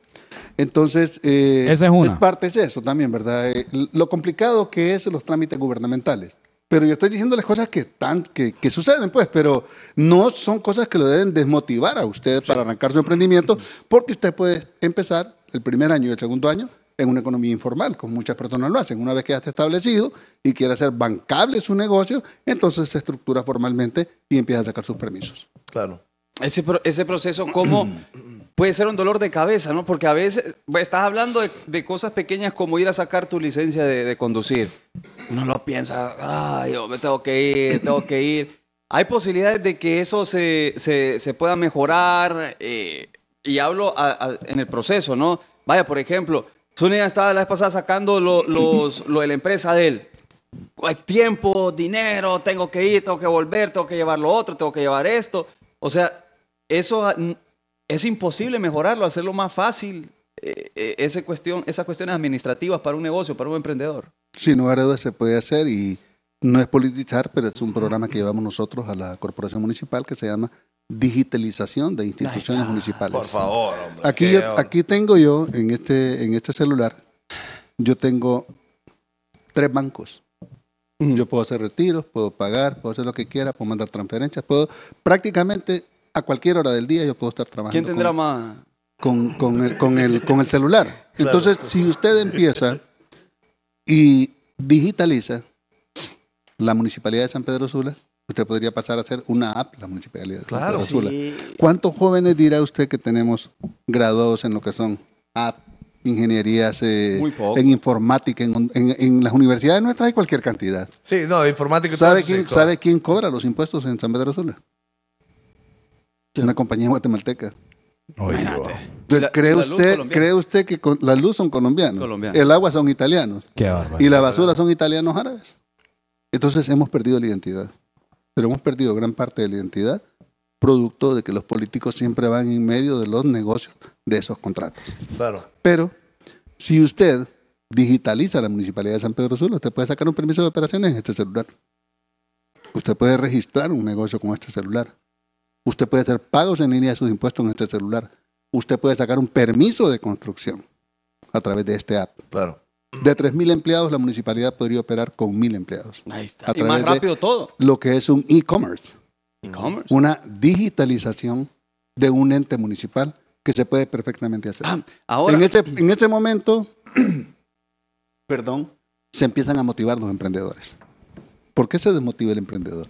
Entonces, eh,
Esa es una.
parte es eso también, ¿verdad? Eh, lo complicado que es los trámites gubernamentales. Pero yo estoy diciendo las cosas que, tan, que, que suceden, pues, pero no son cosas que lo deben desmotivar a usted para arrancar su emprendimiento, porque usted puede empezar el primer año y el segundo año en una economía informal, como muchas personas lo hacen. Una vez que ya está establecido y quiere hacer bancable su negocio, entonces se estructura formalmente y empieza a sacar sus permisos.
Claro.
Ese, pro- ese proceso, ¿cómo puede ser un dolor de cabeza, no? Porque a veces bueno, estás hablando de, de cosas pequeñas como ir a sacar tu licencia de, de conducir. No lo piensas, ay, yo me tengo que ir, tengo que ir. Hay posibilidades de que eso se, se- se pueda mejorar eh, y hablo a- a- en el proceso, ¿no? Vaya, por ejemplo, Zúñiga estaba la vez pasada sacando lo, los- lo de la empresa de él hay tiempo, dinero, tengo que ir, tengo que volver, tengo que llevar lo otro, tengo que llevar esto. O sea, eso ah, n- es imposible mejorarlo, hacerlo más fácil. eh, eh, ese cuestión, esas cuestiones administrativas para un negocio, para un emprendedor.
Sin lugar a dudas se puede hacer y no es politizar, pero es un programa que llevamos nosotros a la Corporación Municipal que se llama Digitalización de Instituciones Municipales.
Por favor, hombre.
Aquí,
Qué
yo-
horror.
aquí tengo yo, en este, en este celular, yo tengo tres bancos. Yo puedo hacer retiros, puedo pagar, puedo hacer lo que quiera, puedo mandar transferencias, puedo prácticamente a cualquier hora del día yo puedo estar trabajando.
¿Quién
con-
tendrá más?
con, con el, con, el, con el celular. Entonces, si usted empieza y digitaliza la Municipalidad de San Pedro Sula, usted podría pasar a hacer una app, la Municipalidad de
Claro.
San Pedro Sula. ¿Cuántos jóvenes dirá usted que tenemos graduados en lo que son app, ingenierías, eh,
Muy poco.
en informática, en, en- en las universidades nuestras hay cualquier cantidad?
Sí, no, informático. y todo
¿Sabe
eso, sí,
quién,
claro.
¿Sabe quién cobra los impuestos en San Pedro Sula? Una compañía guatemalteca.
Imagínate.
Entonces,
La-
¿cree,
la luz
usted,
colombiana.
¿cree usted que con- la luz son colombianos?
Colombiana.
El agua son italianos.
Qué bárbaro.
Y la basura son italianos árabes. Entonces hemos perdido la identidad, pero hemos perdido gran parte de la identidad producto de que los políticos siempre van en medio de los negocios de esos contratos.
Claro.
Pero si usted digitaliza la Municipalidad de San Pedro Sula, usted puede sacar un permiso de operaciones en este celular. Usted puede registrar un negocio con este celular. Usted puede hacer pagos en línea de sus impuestos en este celular. Usted puede sacar un permiso de construcción a través de este app.
Claro.
De 3.000 empleados, la municipalidad podría operar con 1.000 empleados.
Ahí está.
A
Y más
través de-
rápido todo.
Lo que es un e-commerce,
E-commerce.
una digitalización de un ente municipal que se puede perfectamente hacer.
Ah, ahora,
en, ese, en ese momento, perdón, se empiezan a motivar los emprendedores. ¿Por qué se desmotiva el emprendedor?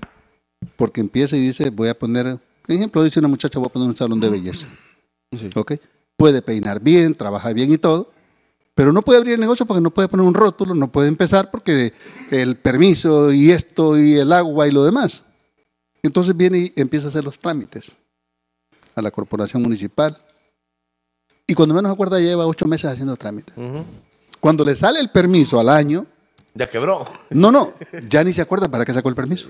Porque empieza y dice, voy a poner, por ejemplo, dice una muchacha, voy a poner un salón de belleza.
Sí.
¿Ok? Puede peinar bien, trabaja bien y todo, pero no puede abrir el negocio porque no puede poner un rótulo, no puede empezar porque el permiso y esto y el agua y lo demás. Entonces viene y empieza a hacer los trámites a la corporación municipal. Y cuando menos acuerda lleva ocho meses haciendo trámites. Cuando le sale el permiso al año,
Ya quebró.
no, no, ya ni se acuerda para qué sacó el permiso.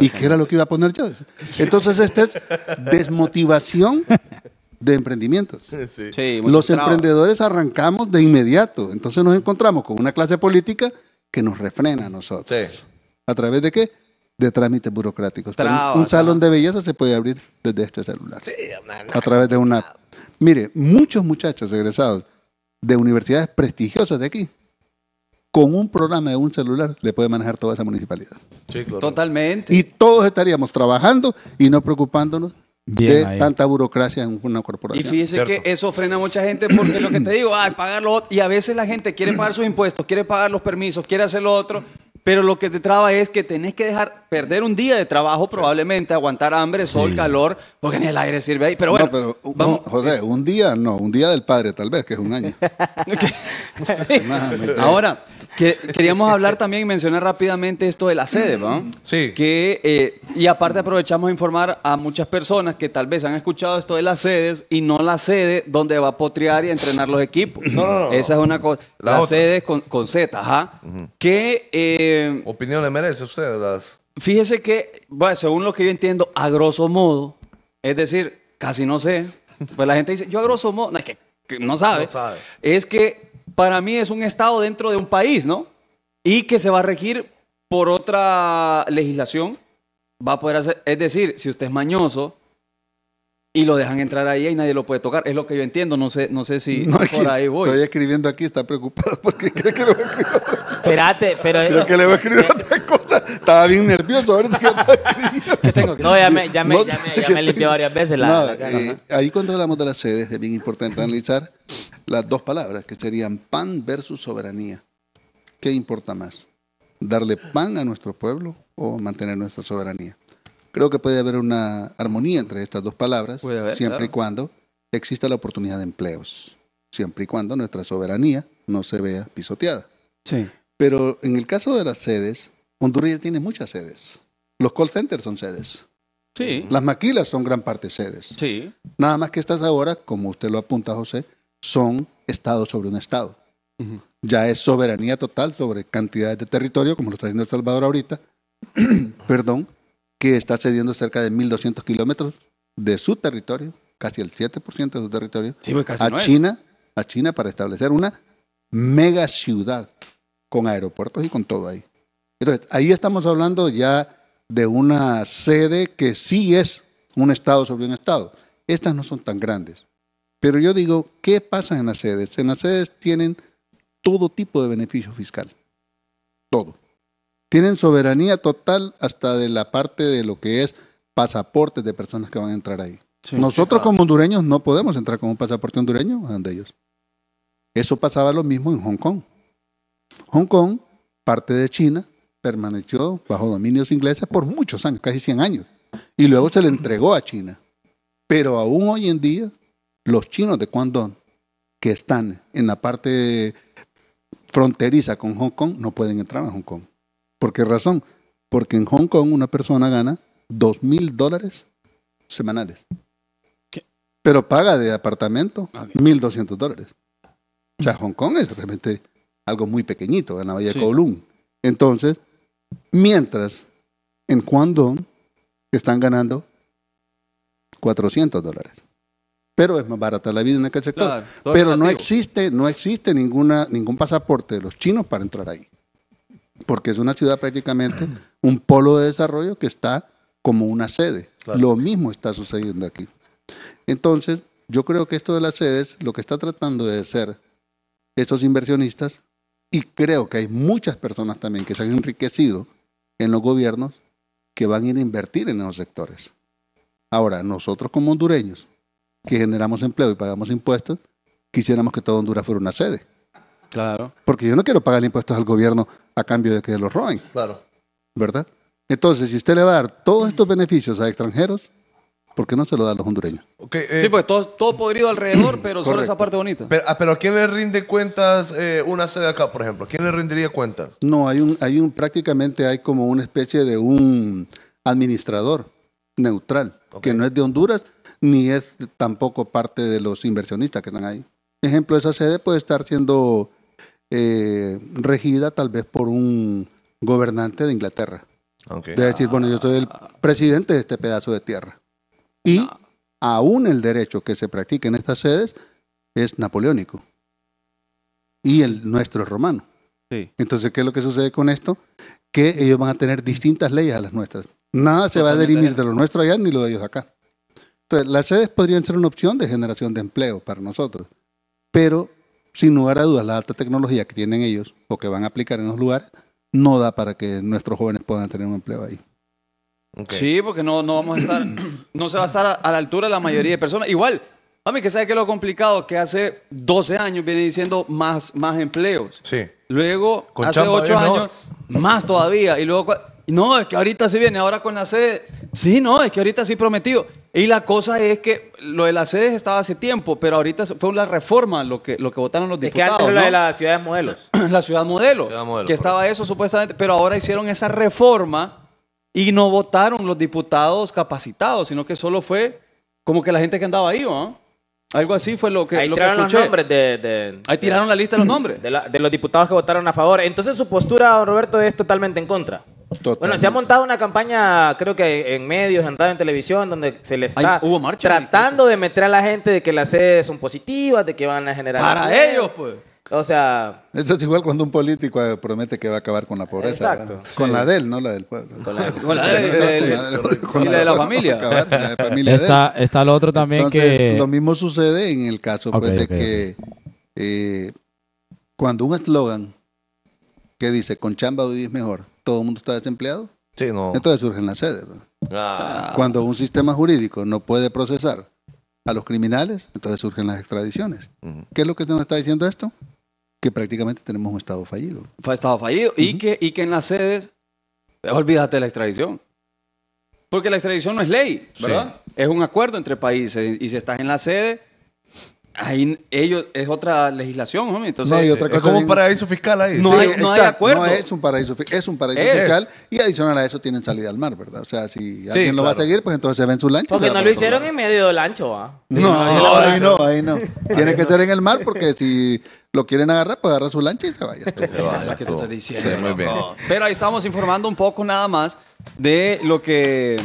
¿Y qué era lo que iba a poner yo? Entonces esta es desmotivación de emprendimientos.
Sí.
sí, mucho
Los
trabajo.
emprendedores arrancamos de inmediato. Entonces nos encontramos con una clase política que nos refrena a nosotros.
Sí.
¿A través de qué? De trámites burocráticos. Pero un-
Trabas,
un salón de belleza se puede abrir desde este celular.
Sí, man.
A través de una app. Mire, muchos muchachos egresados de universidades prestigiosas de aquí, con un programa de un celular, le puede manejar toda esa municipalidad.
Sí, claro.
Totalmente.
Y todos estaríamos trabajando y no preocupándonos
Bien
de
ahí.
tanta burocracia en una
Y
corporación.
fíjese
Cierto.
que eso frena a mucha gente porque lo que te digo, ah, ay, pagarlo. Y a veces la gente quiere pagar sus impuestos, quiere pagar los permisos, quiere hacer lo otro. Pero lo que te traba es que tenés que dejar perder un día de trabajo, probablemente, aguantar hambre, sol, calor, porque ni el aire sirve ahí. Pero bueno,
no, pero un-
vamos.
José, un día no, un día del padre tal vez, que es un año. Nada, mentira.
Ahora, que- queríamos hablar también y mencionar rápidamente esto de la sede, ¿va?
Sí.
Que, eh, y aparte aprovechamos a informar a muchas personas que tal vez han escuchado esto de las sedes y no la sede donde va a potrear y entrenar los equipos.
No, no, no.
Esa es una cosa.
La
La,
otra.
sede es con, con Z, ajá. Que, eh,
¿Opinión le merece a usted? Las...
fíjese que, bueno, según lo que yo entiendo, a grosso modo, es decir, casi no sé, pues la gente dice, yo a grosso modo, no, es que, que no sabe,
No sabe.
es que para mí es un estado dentro de un país, ¿no? Y que se va a regir por otra legislación, va a poder hacer, es decir, si usted es mañoso y lo dejan entrar ahí y nadie lo puede tocar, es lo que yo entiendo, no sé, no sé si
No, es que
por ahí voy.
Estoy escribiendo aquí, está preocupado porque cree que le voy a escribir,
Espérate, pero.
creo que le voy a
Eh,
escribir otra cosa. Estaba bien nervioso ahorita que estaba escribiendo.
tengo que-
No, ya me, ya me,
No
ya
sé
me, ya
qué
me limpié
te-
varias veces la.
No,
la cara,
eh,
ajá.
ahí cuando hablamos de las sedes es bien importante analizar las dos palabras que serían pan versus soberanía. ¿Qué importa más? ¿Darle pan a nuestro pueblo o mantener nuestra soberanía? Creo que puede haber una armonía entre estas dos palabras
Puede haber,
siempre y
claro.
cuando exista la oportunidad de empleos, siempre y cuando nuestra soberanía no se vea pisoteada.
Sí.
Pero en el caso de las sedes, Honduras ya tiene muchas sedes. Los call centers son sedes.
Sí.
Las maquilas son gran parte sedes.
Sí.
Nada más que estas ahora, como usted lo apunta, José, son estados sobre un estado.
Ujú.
Ya es soberanía total sobre cantidades de territorio, como lo está haciendo El Salvador ahorita, perdón, que está cediendo cerca de 1.200 kilómetros de su territorio, casi el 7% de su territorio,
Sí, pues casi
a
no es.
China, a China para establecer una mega ciudad con aeropuertos y con todo ahí. Entonces, ahí estamos hablando ya de una sede que sí es un estado sobre un estado. Estas no son tan grandes. Pero yo digo, ¿qué pasa en las sedes? En las sedes tienen todo tipo de beneficio fiscal. Todo. Tienen soberanía total hasta de la parte de lo que es pasaportes de personas que van a entrar ahí. Nosotros como hondureños no podemos entrar con un pasaporte hondureño a donde ellos. Eso pasaba lo mismo en Hong Kong. Hong Kong, parte de China, permaneció bajo dominios ingleses por muchos años, casi 100 años. Y luego se le entregó a China. Pero aún hoy en día, los chinos de Guangdong, que están en la parte fronteriza con Hong Kong, no pueden entrar a Hong Kong. ¿Por qué razón? Porque en Hong Kong una persona gana 2 mil dólares semanales. Pero paga de apartamento 1.200 dólares. O sea, Hong Kong es realmente algo muy pequeñito en la Bahía de Kowloon. Entonces, Mientras, en Guangdong están ganando 400 dólares. Pero es más barata la vida en aquel sector.
Claro, todo
Pero no
relativo.
existe, no existe ninguna, ningún pasaporte de los chinos para entrar ahí. Porque es una ciudad prácticamente, un polo de desarrollo que está como una sede. Lo mismo está sucediendo aquí. Entonces, yo creo que esto de las sedes, lo que está tratando de hacer estos inversionistas, y creo que hay muchas personas también que se han enriquecido en los gobiernos que van a ir a invertir en esos sectores. Ahora, nosotros como hondureños, que generamos empleo y pagamos impuestos, quisiéramos que toda Honduras fuera una sede.
Claro.
Porque yo no quiero pagar impuestos al gobierno a cambio de que los roben,
Claro.
¿verdad? Entonces, si usted le va a dar todos estos beneficios a extranjeros, ¿por qué no se lo da a los hondureños?
Ok, eh,
Sí, pues. porque todo, todo podrido alrededor, pero solo
Correcto.
esa parte bonita.
pero, ah, pero ¿a quién le rinde cuentas eh, una sede acá, por ejemplo? ¿A quién le rendiría cuentas?
No, hay un, hay un, prácticamente hay como una especie de un administrador neutral, que no es de Honduras, ni es tampoco parte de los inversionistas que están ahí. Ejemplo, esa sede puede estar siendo eh, regida tal vez por un gobernante de Inglaterra.
Okay.
De decir, bueno, yo soy el presidente de este pedazo de tierra. Y aún el derecho que se practica en estas sedes es napoleónico. Y el nuestro es romano.
Sí.
Entonces, ¿qué es lo que sucede con esto? Que ellos van a tener distintas leyes a las nuestras. Nada se va a dirimir de lo nuestro allá ni lo de ellos acá. Entonces, las sedes podrían ser una opción de generación de empleo para nosotros. Pero, sin lugar a dudas, la alta tecnología que tienen ellos o que van a aplicar en los lugares no da para que nuestros jóvenes puedan tener un empleo ahí.
Ok.
Sí, porque no, no vamos a estar, no se va a estar a, a la altura de la mayoría de personas. Igual, mami, que sabe que lo complicado que hace 12 años viene diciendo más, más empleos.
Sí.
Luego,
Con
hace
chamba
8
bien
años,
mejor.
más todavía. Y luego, cua- no, es que ahorita sí viene, ahora con la sede. Sí, no, es que ahorita sí prometido. Y la cosa es que lo de las sedes estaba hace tiempo, pero ahorita se- fue una reforma lo que, lo que votaron los
Es que
diputados.
antes era la de
¿no?
las ciudades modelos.
la ciudad modelo,
Ciudad modelo,
que estaba eso supuestamente, pero ahora hicieron esa reforma y no votaron los diputados capacitados, sino que solo fue como que la gente que andaba ahí, ¿no? Algo así fue lo que,
Ahí
lo que
tiraron los
escuché.
nombres de, de-
Ahí tiraron la lista de los nombres.
de la- de los diputados que votaron a favor. Entonces su postura, don Roberto, es totalmente en contra. Bueno, se ha montado una campaña, creo que en medios, en radio, en televisión, donde se le está
Hay- hubo marcha,
tratando de meter a la gente de que las sedes son positivas, de que van a generar...
Para
empleo.
ellos, pues.
O sea,
Eso es igual cuando un político eh, promete que va a acabar con la pobreza.
Exacto.
¿verdad? Con la de él, no la del pueblo. Con la,
Con la de- de- de- y la de la familia.
la de familia de él.
Está, está lo otro también
Entonces,
que...
lo mismo sucede en el caso pues,
Ok,
de
ok,
que eh, cuando un eslogan que dice con chamba vivís mejor, todo el mundo está desempleado,
Sí, no.
entonces surgen las sedes. ¿no?
Ah,
Cuando un sistema jurídico no puede procesar a los criminales, entonces surgen las extradiciones.
Ujú.
¿Qué es lo que nos está diciendo esto? Que prácticamente tenemos un Estado fallido.
Fue estado fallido y, que, y que en las sedes, eh, olvídate de la extradición. Porque la extradición no es ley, ¿verdad? Es un acuerdo entre países y si estás en la sede, ahí ellos, es otra legislación, homie. Entonces,
No, y otra
es
cosa
como un
bien-
paraíso fiscal ahí.
No
Sí.
hay- no hay acuerdo.
No es un paraíso, fi- es un paraíso
Es.
fiscal y adicional a eso tienen salida al mar, ¿verdad? O sea, si alguien lo va a
claro.
seguir, pues entonces se ven su lancha. y se
porque
va
no
para
lo
otro
hicieron
lado.
en medio del ancho, ¿ah?
No, no, ahí no, ahí no. Tiene que ser en el mar porque si lo quieren agarrar, pues agarra su lancha y se vaya.
Se va,
la que tú
todo.
estás diciendo.
Sí, muy bien.
loco. Pero ahí estamos informando un poco nada más de lo que,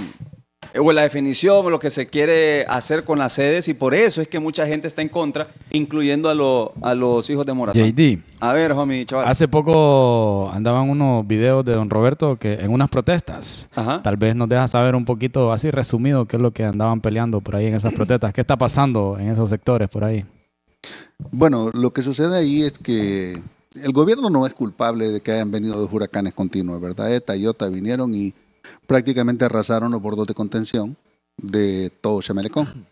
o la definición, o lo que se quiere hacer con las sedes, y por eso es que mucha gente está en contra, incluyendo a, lo- a los hijos de Morazán.
JD.
A ver, homie, chaval.
Hace poco andaban unos videos de don Roberto que en unas protestas.
Ajá.
Tal vez nos deja saber un poquito así resumido qué es lo que andaban peleando por ahí en esas protestas. ¿Qué está pasando en esos sectores por ahí?
Bueno, lo que sucede ahí es que el gobierno no es culpable de que hayan venido dos huracanes continuos, ¿verdad? ETA y OTA vinieron y prácticamente arrasaron los bordos de contención de todo Chamelecón.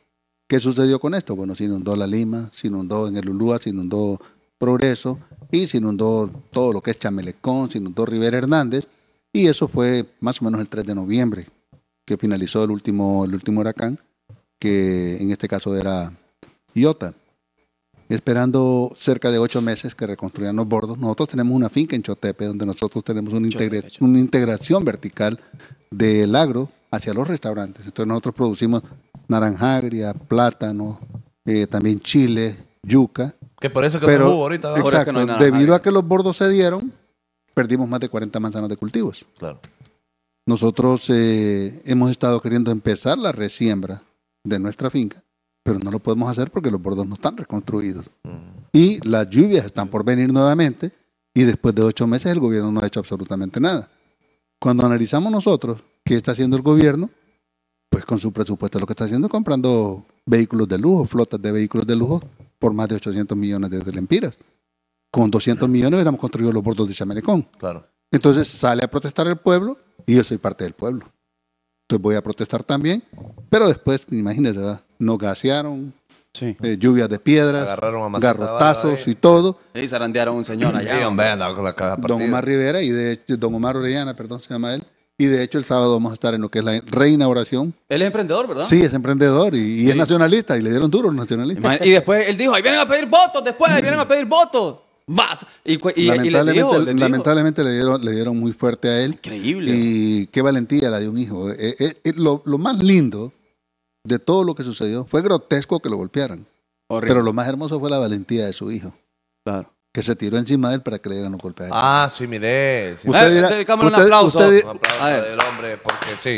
¿Qué sucedió con esto? Bueno, se inundó la Lima, se inundó en el Ulúa, se inundó Progreso y se inundó todo lo que es Chamelecón, se inundó Rivera Hernández y eso fue más o menos el 3 de noviembre que finalizó el último, el último huracán, que en este caso era Iota esperando cerca de ocho meses que reconstruyan los bordos. Nosotros tenemos una finca en Chotepe donde nosotros tenemos una, integra- una integración vertical del agro hacia los restaurantes. Entonces nosotros producimos naranja agria, plátano, eh, también chile, yuca.
Que por eso que
Pero,
no hubo ahorita. ¿verdad?
Ahora es que
exacto,
no hay naranja
debido a
agria.
que los bordos se dieron, perdimos más de 40 manzanas de cultivos.
Claro.
Nosotros eh, hemos estado queriendo empezar la resiembra de nuestra finca, pero no lo podemos hacer porque los bordos no están reconstruidos. Y las lluvias están por venir nuevamente y después de ocho meses el gobierno no ha hecho absolutamente nada. Cuando analizamos nosotros qué está haciendo el gobierno, pues con su presupuesto lo que está haciendo es comprando vehículos de lujo, flotas de vehículos de lujo por más de 800 millones de lempiras. Con 200 millones hubiéramos construido los bordos de Chamelecón.
Claro.
Entonces sale a protestar el pueblo y yo soy parte del pueblo. Entonces voy a protestar también, pero después, imagínense, ¿verdad? nos gasearon,
Sí.
eh, lluvias de piedras,
Agarraron a Maceta
garrotazos
Bárbara
y todo.
Y zarandearon a un señor allá.
Sí,
hombre.
hombre, andaba con la caja
Don
partida.
Omar Rivera y de hecho, Don Omar Orellana, perdón, se llama él. Y de hecho el sábado vamos a estar en lo que es la reinauguración.
Él es emprendedor, ¿verdad?
Sí, es emprendedor y, y es nacionalista y le dieron duro a los nacionalistas.
Ima- Y después él dijo, ahí vienen a pedir votos, después ahí vienen a pedir votos. Vas. Y, cu- y- y le
lamentablemente,
dijo, le dijo.
lamentablemente le dieron le dieron muy fuerte a él.
Increíble.
Y qué valentía la de un hijo. Eh, eh, eh, lo, lo más lindo de todo lo que sucedió fue grotesco que lo golpearan.
Horrible.
Pero lo más hermoso fue la valentía de su hijo,
Claro.
que se tiró encima de él para que le dieran un golpe a él.
Ah, sí, miré. sí.
Eh, dedicámosle un aplauso.
usted-
Un
A
aplauso
ver.
del hombre, porque sí.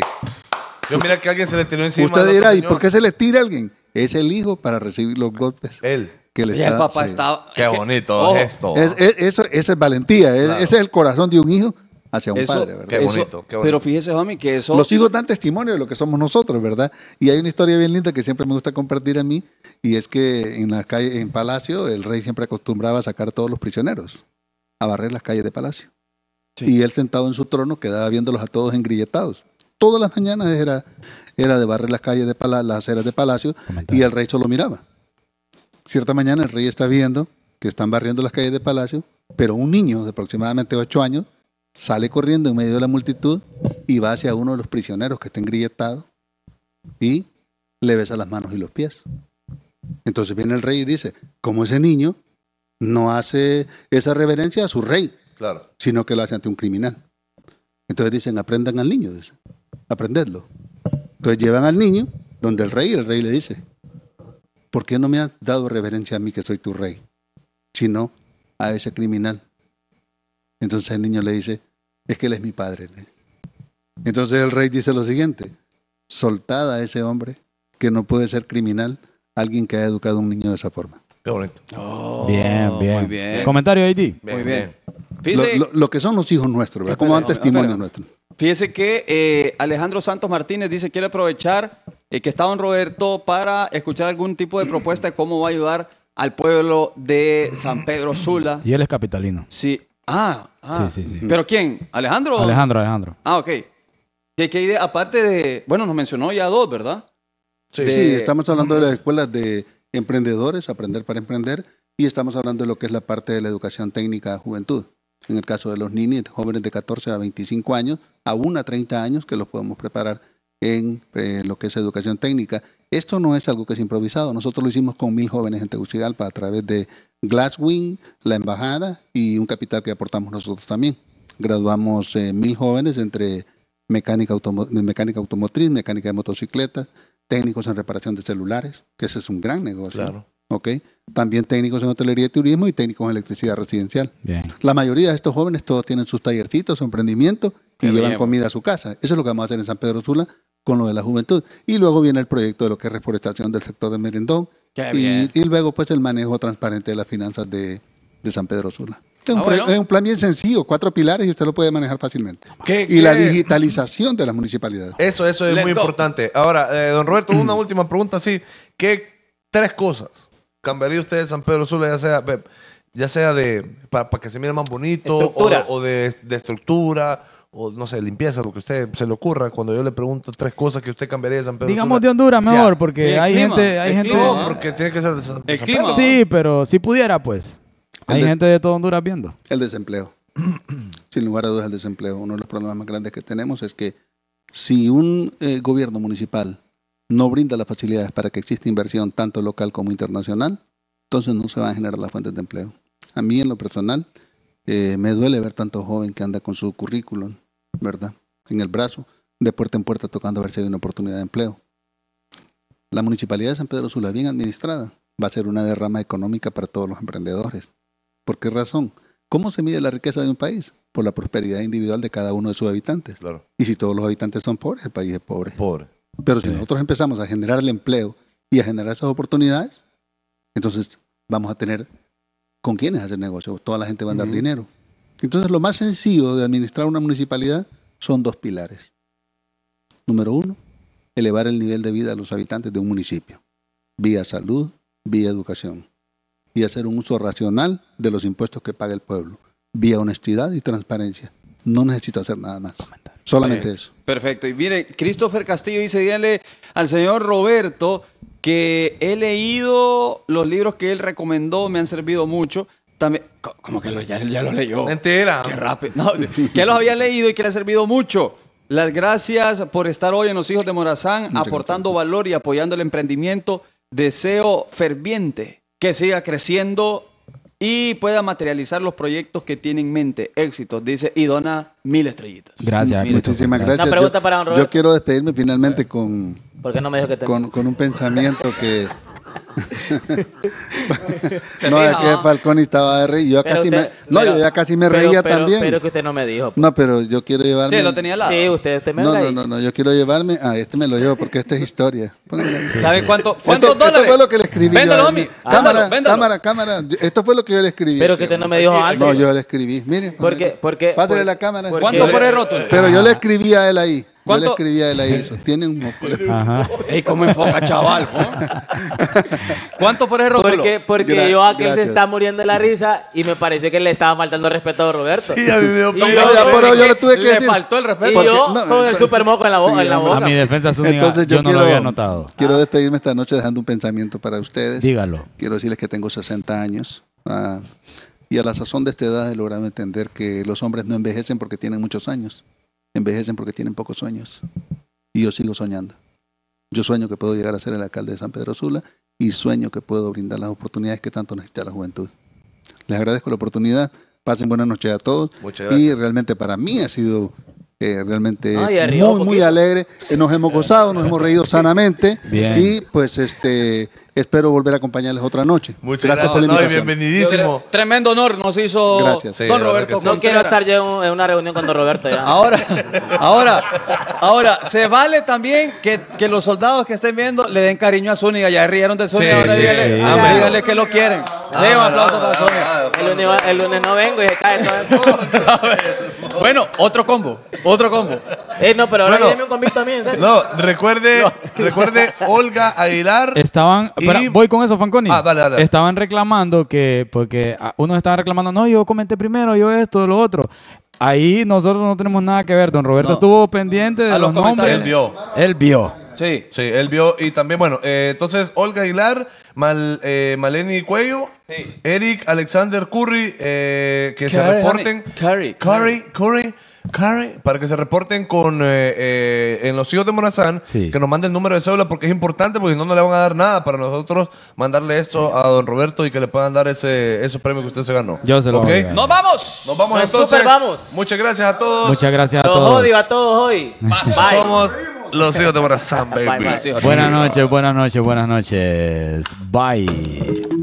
Yo mira que alguien se le tiró encima. al
usted
otro
dirá, ¿y
señor".
por qué se le tira a alguien? Es el hijo para recibir los golpes
Él.
que le
Y el
está-
papá
sí.
estaba.
Qué
es que-
bonito eh.
ojo,
gesto.
Es- es- eso, esa es valentía, es-
Claro.
ese es el corazón de un hijo hacia un
eso-
padre, ¿verdad?
Qué
eso-
bonito, qué bonito.
Pero fíjese, homie, que eso.
Los hijos dan testimonio de lo que somos nosotros, ¿verdad? Y hay una historia bien linda que siempre me gusta compartir a mí, y es que en la calle, en Palacio, el rey siempre acostumbraba a sacar todos los prisioneros, a barrer las calles de Palacio.
Sí.
Y él sentado en su trono quedaba viéndolos a todos engrilletados. Todas las mañanas era, era de barrer las calles de Palacio, las aceras de Palacio,
Comentario.
y el rey solo miraba. Cierta mañana el rey está viendo que están barriendo las calles de Palacio, pero un niño de aproximadamente 8 años sale corriendo en medio de la multitud y va hacia uno de los prisioneros que está engrilletados y le besa las manos y los pies. Entonces viene el rey y dice, como ese niño no hace esa reverencia a su rey,
Claro.
sino que lo hace ante un criminal. Entonces dicen, aprendan al niño, dicen, aprendedlo. Entonces llevan al niño donde el rey, y el rey le dice, ¿por qué no me has dado reverencia a mí que soy tu rey, sino a ese criminal? Entonces el niño le dice, es que él es mi padre. le dice. Entonces el rey dice lo siguiente, soltad a ese hombre que no puede ser criminal, alguien que haya educado a un niño de esa forma.
Qué bonito.
Oh,
Bien, bien.
Muy bien.
Comentario, ID.
Bien,
muy bien.
bien.
Lo,
Fíjese,
lo- lo que son los hijos nuestros, ¿verdad? Como
Espera,
dan testimonio
espera.
nuestro.
fíjese que eh, Alejandro Santos Martínez dice: quiere aprovechar eh, que está don Roberto para escuchar algún tipo de propuesta de cómo va a ayudar al pueblo de San Pedro Sula.
Y él es capitalino.
Sí. Ah, ah.
Sí, sí, sí.
¿Pero quién? ¿Alejandro?
Alejandro, Alejandro.
Ah, ok. ¿Qué, qué idea? Aparte de. Bueno, nos mencionó ya dos, ¿verdad?
Sí, estamos hablando de las escuelas de emprendedores, aprender para emprender, y estamos hablando de lo que es la parte de la educación técnica a juventud. En el caso de los ninis, jóvenes de 14 a 25 años, aún a 30 años, que los podemos preparar en eh, lo que es educación técnica. Esto no es algo que es improvisado. Nosotros lo hicimos con mil jóvenes en Tegucigalpa a través de Glasswing, la embajada y un capital que aportamos nosotros también. Graduamos eh, mil jóvenes entre mecánica, automo- mecánica automotriz, mecánica de motocicletas, técnicos en reparación de celulares, que ese es un gran negocio.
Claro.
¿ok? También técnicos en hotelería y turismo y técnicos en electricidad residencial.
Bien.
La mayoría de estos jóvenes todos tienen sus tallercitos, su emprendimiento y
Qué
llevan
bien. pues.
comida a su casa. Eso es lo que vamos a hacer en San Pedro Sula con lo de la juventud. Y luego viene el proyecto de lo que es reforestación del sector de Merendón.
Qué
y,
bien.
y luego pues el manejo transparente de las finanzas de, de San Pedro Sula. Es un,
Ah,
pro-
bueno.
es un plan bien sencillo, cuatro pilares y usted lo puede manejar fácilmente.
¿Qué-
y la
qué?
digitalización de las municipalidades.
Eso, eso es
Let's
muy
go.
importante. Ahora, eh, don Roberto, una última pregunta, sí. ¿Qué tres cosas cambiaría usted de San Pedro Sula, ya sea, ve, ya sea de para, que se mire más bonito, o,
Estructura.
o de, de estructura, o no sé, limpieza, lo que a usted se le ocurra cuando yo le pregunto tres cosas que usted cambiaría de San Pedro
Digamos de
Sula?
Honduras
Ya.
mejor, porque
El
hay
clima,
gente, hay
el
gente.
clima,
No, porque tiene que ser de San
El
San
clima.
Sí, pero si pudiera, pues. Hay
de-
gente de todo Honduras viendo.
El desempleo. Sin lugar a dudas, el desempleo. Uno de los problemas más grandes que tenemos es que si un eh, gobierno municipal no brinda las facilidades para que exista inversión tanto local como internacional, entonces no se van a generar las fuentes de empleo. A mí, en lo personal, eh, me duele ver tanto joven que anda con su currículum, ¿verdad? En el brazo, de puerta en puerta tocando a ver si hay una oportunidad de empleo. La municipalidad de San Pedro Sula, bien administrada, va a ser una derrama económica para todos los emprendedores. ¿Por qué razón? ¿Cómo se mide la riqueza de un país? Por la prosperidad individual de cada uno de sus habitantes.
Claro.
Y si todos los habitantes son pobres, el país es pobre.
Pobre.
Pero si nosotros empezamos a generar el empleo y a generar esas oportunidades, entonces vamos a tener con quiénes hacer negocio. Toda la gente va a dar dinero. Entonces lo más sencillo de administrar una municipalidad son dos pilares. Número uno, elevar el nivel de vida de los habitantes de un municipio, vía salud, vía educación, y hacer un uso racional de los impuestos que paga el pueblo, vía honestidad y transparencia. No necesito hacer nada más. Solamente eso.
Perfecto. Y mire, Christopher Castillo dice, dígale al señor Roberto que he leído los libros que él recomendó, me han servido mucho. También, co- como que lo- ya, ya los leyó.
Mentira.
Qué rápido. No, sí, que los había leído y que le ha servido mucho. Las gracias por estar hoy en Los Hijos de Morazán,
Muchas
aportando valor y apoyando el emprendimiento. Deseo ferviente que siga creciendo y pueda materializar los proyectos que tiene en mente. Éxitos, dice, y dona mil estrellitas.
Gracias.
Mil
Christopher,
Muchísimas gracias.
gracias.
Yo-
pregunta para don
yo,
Roberto.
quiero despedirme finalmente con,
¿Por qué no me dijo que te...
con, con un pensamiento que...
Se
no,
ríe,
es que
¿no?
Falcón estaba de reír. Yo,
Pero
casi,
usted-
me, no,
pero-
yo ya casi me
pero-
reía
pero-
también.
Pero que usted no me dijo.
no, pero yo quiero llevarme...
Sí, lo tenía al lado.
Sí, usted, usted me
No,
habrá
no,
dicho.
no, no, yo quiero llevarme... Ah, este me lo llevo porque esta es historia. Pónganle ahí.
¿Sabe cuánto, cuántos
esto,
dólares?
Esto fue lo que le escribí
Véndalo,
yo. a él.
homie.
Cámara,
Véndalo, véndalo.
cámara, cámara. Esto fue lo que yo le escribí.
Pero que usted no me dijo antes.
No, yo le escribí. Mire.
Porque- porque-
Pásale
por-
la cámara.
porque-
¿Cuánto por el rótulo?
Pero yo le escribí a él ahí. Yo le
¿Cuánto?
escribí a él ahí eso. Tiene un moco.
Ajá.
Ey, ¿cómo enfoca, chaval? ¿Cuánto por el rótulo?
Porque, porque
Gra-
yo aquel
gracias.
se está muriendo de la risa y me pareció que le estaba faltando respeto a Roberto.
Sí, a mí me dio
Y
pena.
yo-
ya, pero yo le tuve que
le
decir.
faltó el
Y
respeto.
yo
no,
con el
entonces-
super moco en la, bo-
Sí,
en la
hombre.
boca.
A mi defensa, Zúñiga,
Entonces
yo,
yo,
no
quiero,
lo había notado.
quiero despedirme esta noche dejando un pensamiento para ustedes.
Dígalo.
Quiero decirles que tengo 60 años. ah, y a la sazón de esta edad he logrado entender que los hombres no envejecen porque tienen muchos años. Envejecen porque tienen pocos sueños. Y yo sigo soñando. Yo sueño que puedo llegar a ser el alcalde de San Pedro Sula y sueño que puedo brindar las oportunidades que tanto necesita la juventud. Les agradezco la oportunidad. Pasen buena noche a todos.
Muchas
Y realmente para mí ha sido eh, realmente
Ay, arriba un
muy, muy
poquito.
alegre. Eh, Nos hemos gozado, nos hemos reído sanamente.
Bien.
Y pues este espero volver a acompañarles otra noche.
Muchas gracias,
por la
no, y
invitación.
bienvenidísimo.
Tremendo honor nos hizo
Gracias.
Sí,
don
la verdad
Roberto.
que sí.
Contreras.
No quiero estar yo en un- en una reunión con don Roberto ya.
Ah,
Ahora, ahora, ahora, se vale también que, que los soldados que estén viendo le den cariño a Zúñiga. Ya rieron de Zúñiga,
Sí,
ahora
sí,
díganle,
sí.
díganle que lo quieren. Sí, un aplauso para Zúñiga.
El lunes, va- el lunes no vengo y se cae todo.
Bueno, otro combo, otro combo.
Eh, no, pero ahora
Bueno.
viene un convicto a mí, ¿sabes?
No, recuerde, recuerde Olga Aguilar.
Estaban,
Y-
espera, voy con eso, Fanconi.
Ah, dale, dale.
Estaban reclamando que, porque ah, unos estaban reclamando, no, yo comenté primero, yo esto, lo otro. Ahí nosotros no tenemos nada que ver. Don Roberto
No.
estuvo pendiente de
A los
los, nombres.
comentarios. Él
vio.
Él vio.
Sí.
Sí, él vio. Y también, bueno, eh, entonces Olga Aguilar, Mal, eh, Maleni Cuello, Eric Alexander Curry, eh, que se
Curry,
reporten.
honey. Curry,
Curry, Curry, Curry, para que se reporten con eh, eh, en los hijos de Morazán,
Sí.
que nos mande el número de cédula porque es importante, porque si no, no le van a dar nada para nosotros mandarle esto a don Roberto y que le puedan dar ese, ese premio que usted se ganó.
Yo se lo
¿Ok?
voy a dar.
¡Nos vamos!
Nos vamos
Nos
entonces.
super vamos.
Muchas gracias a todos.
Muchas gracias a
Los
todos.
odio a todos hoy. Bye.
Somos los hijos de Morazán, baby.
Bye, bye.
Buenas noches, buenas noches, buenas noches. Bye.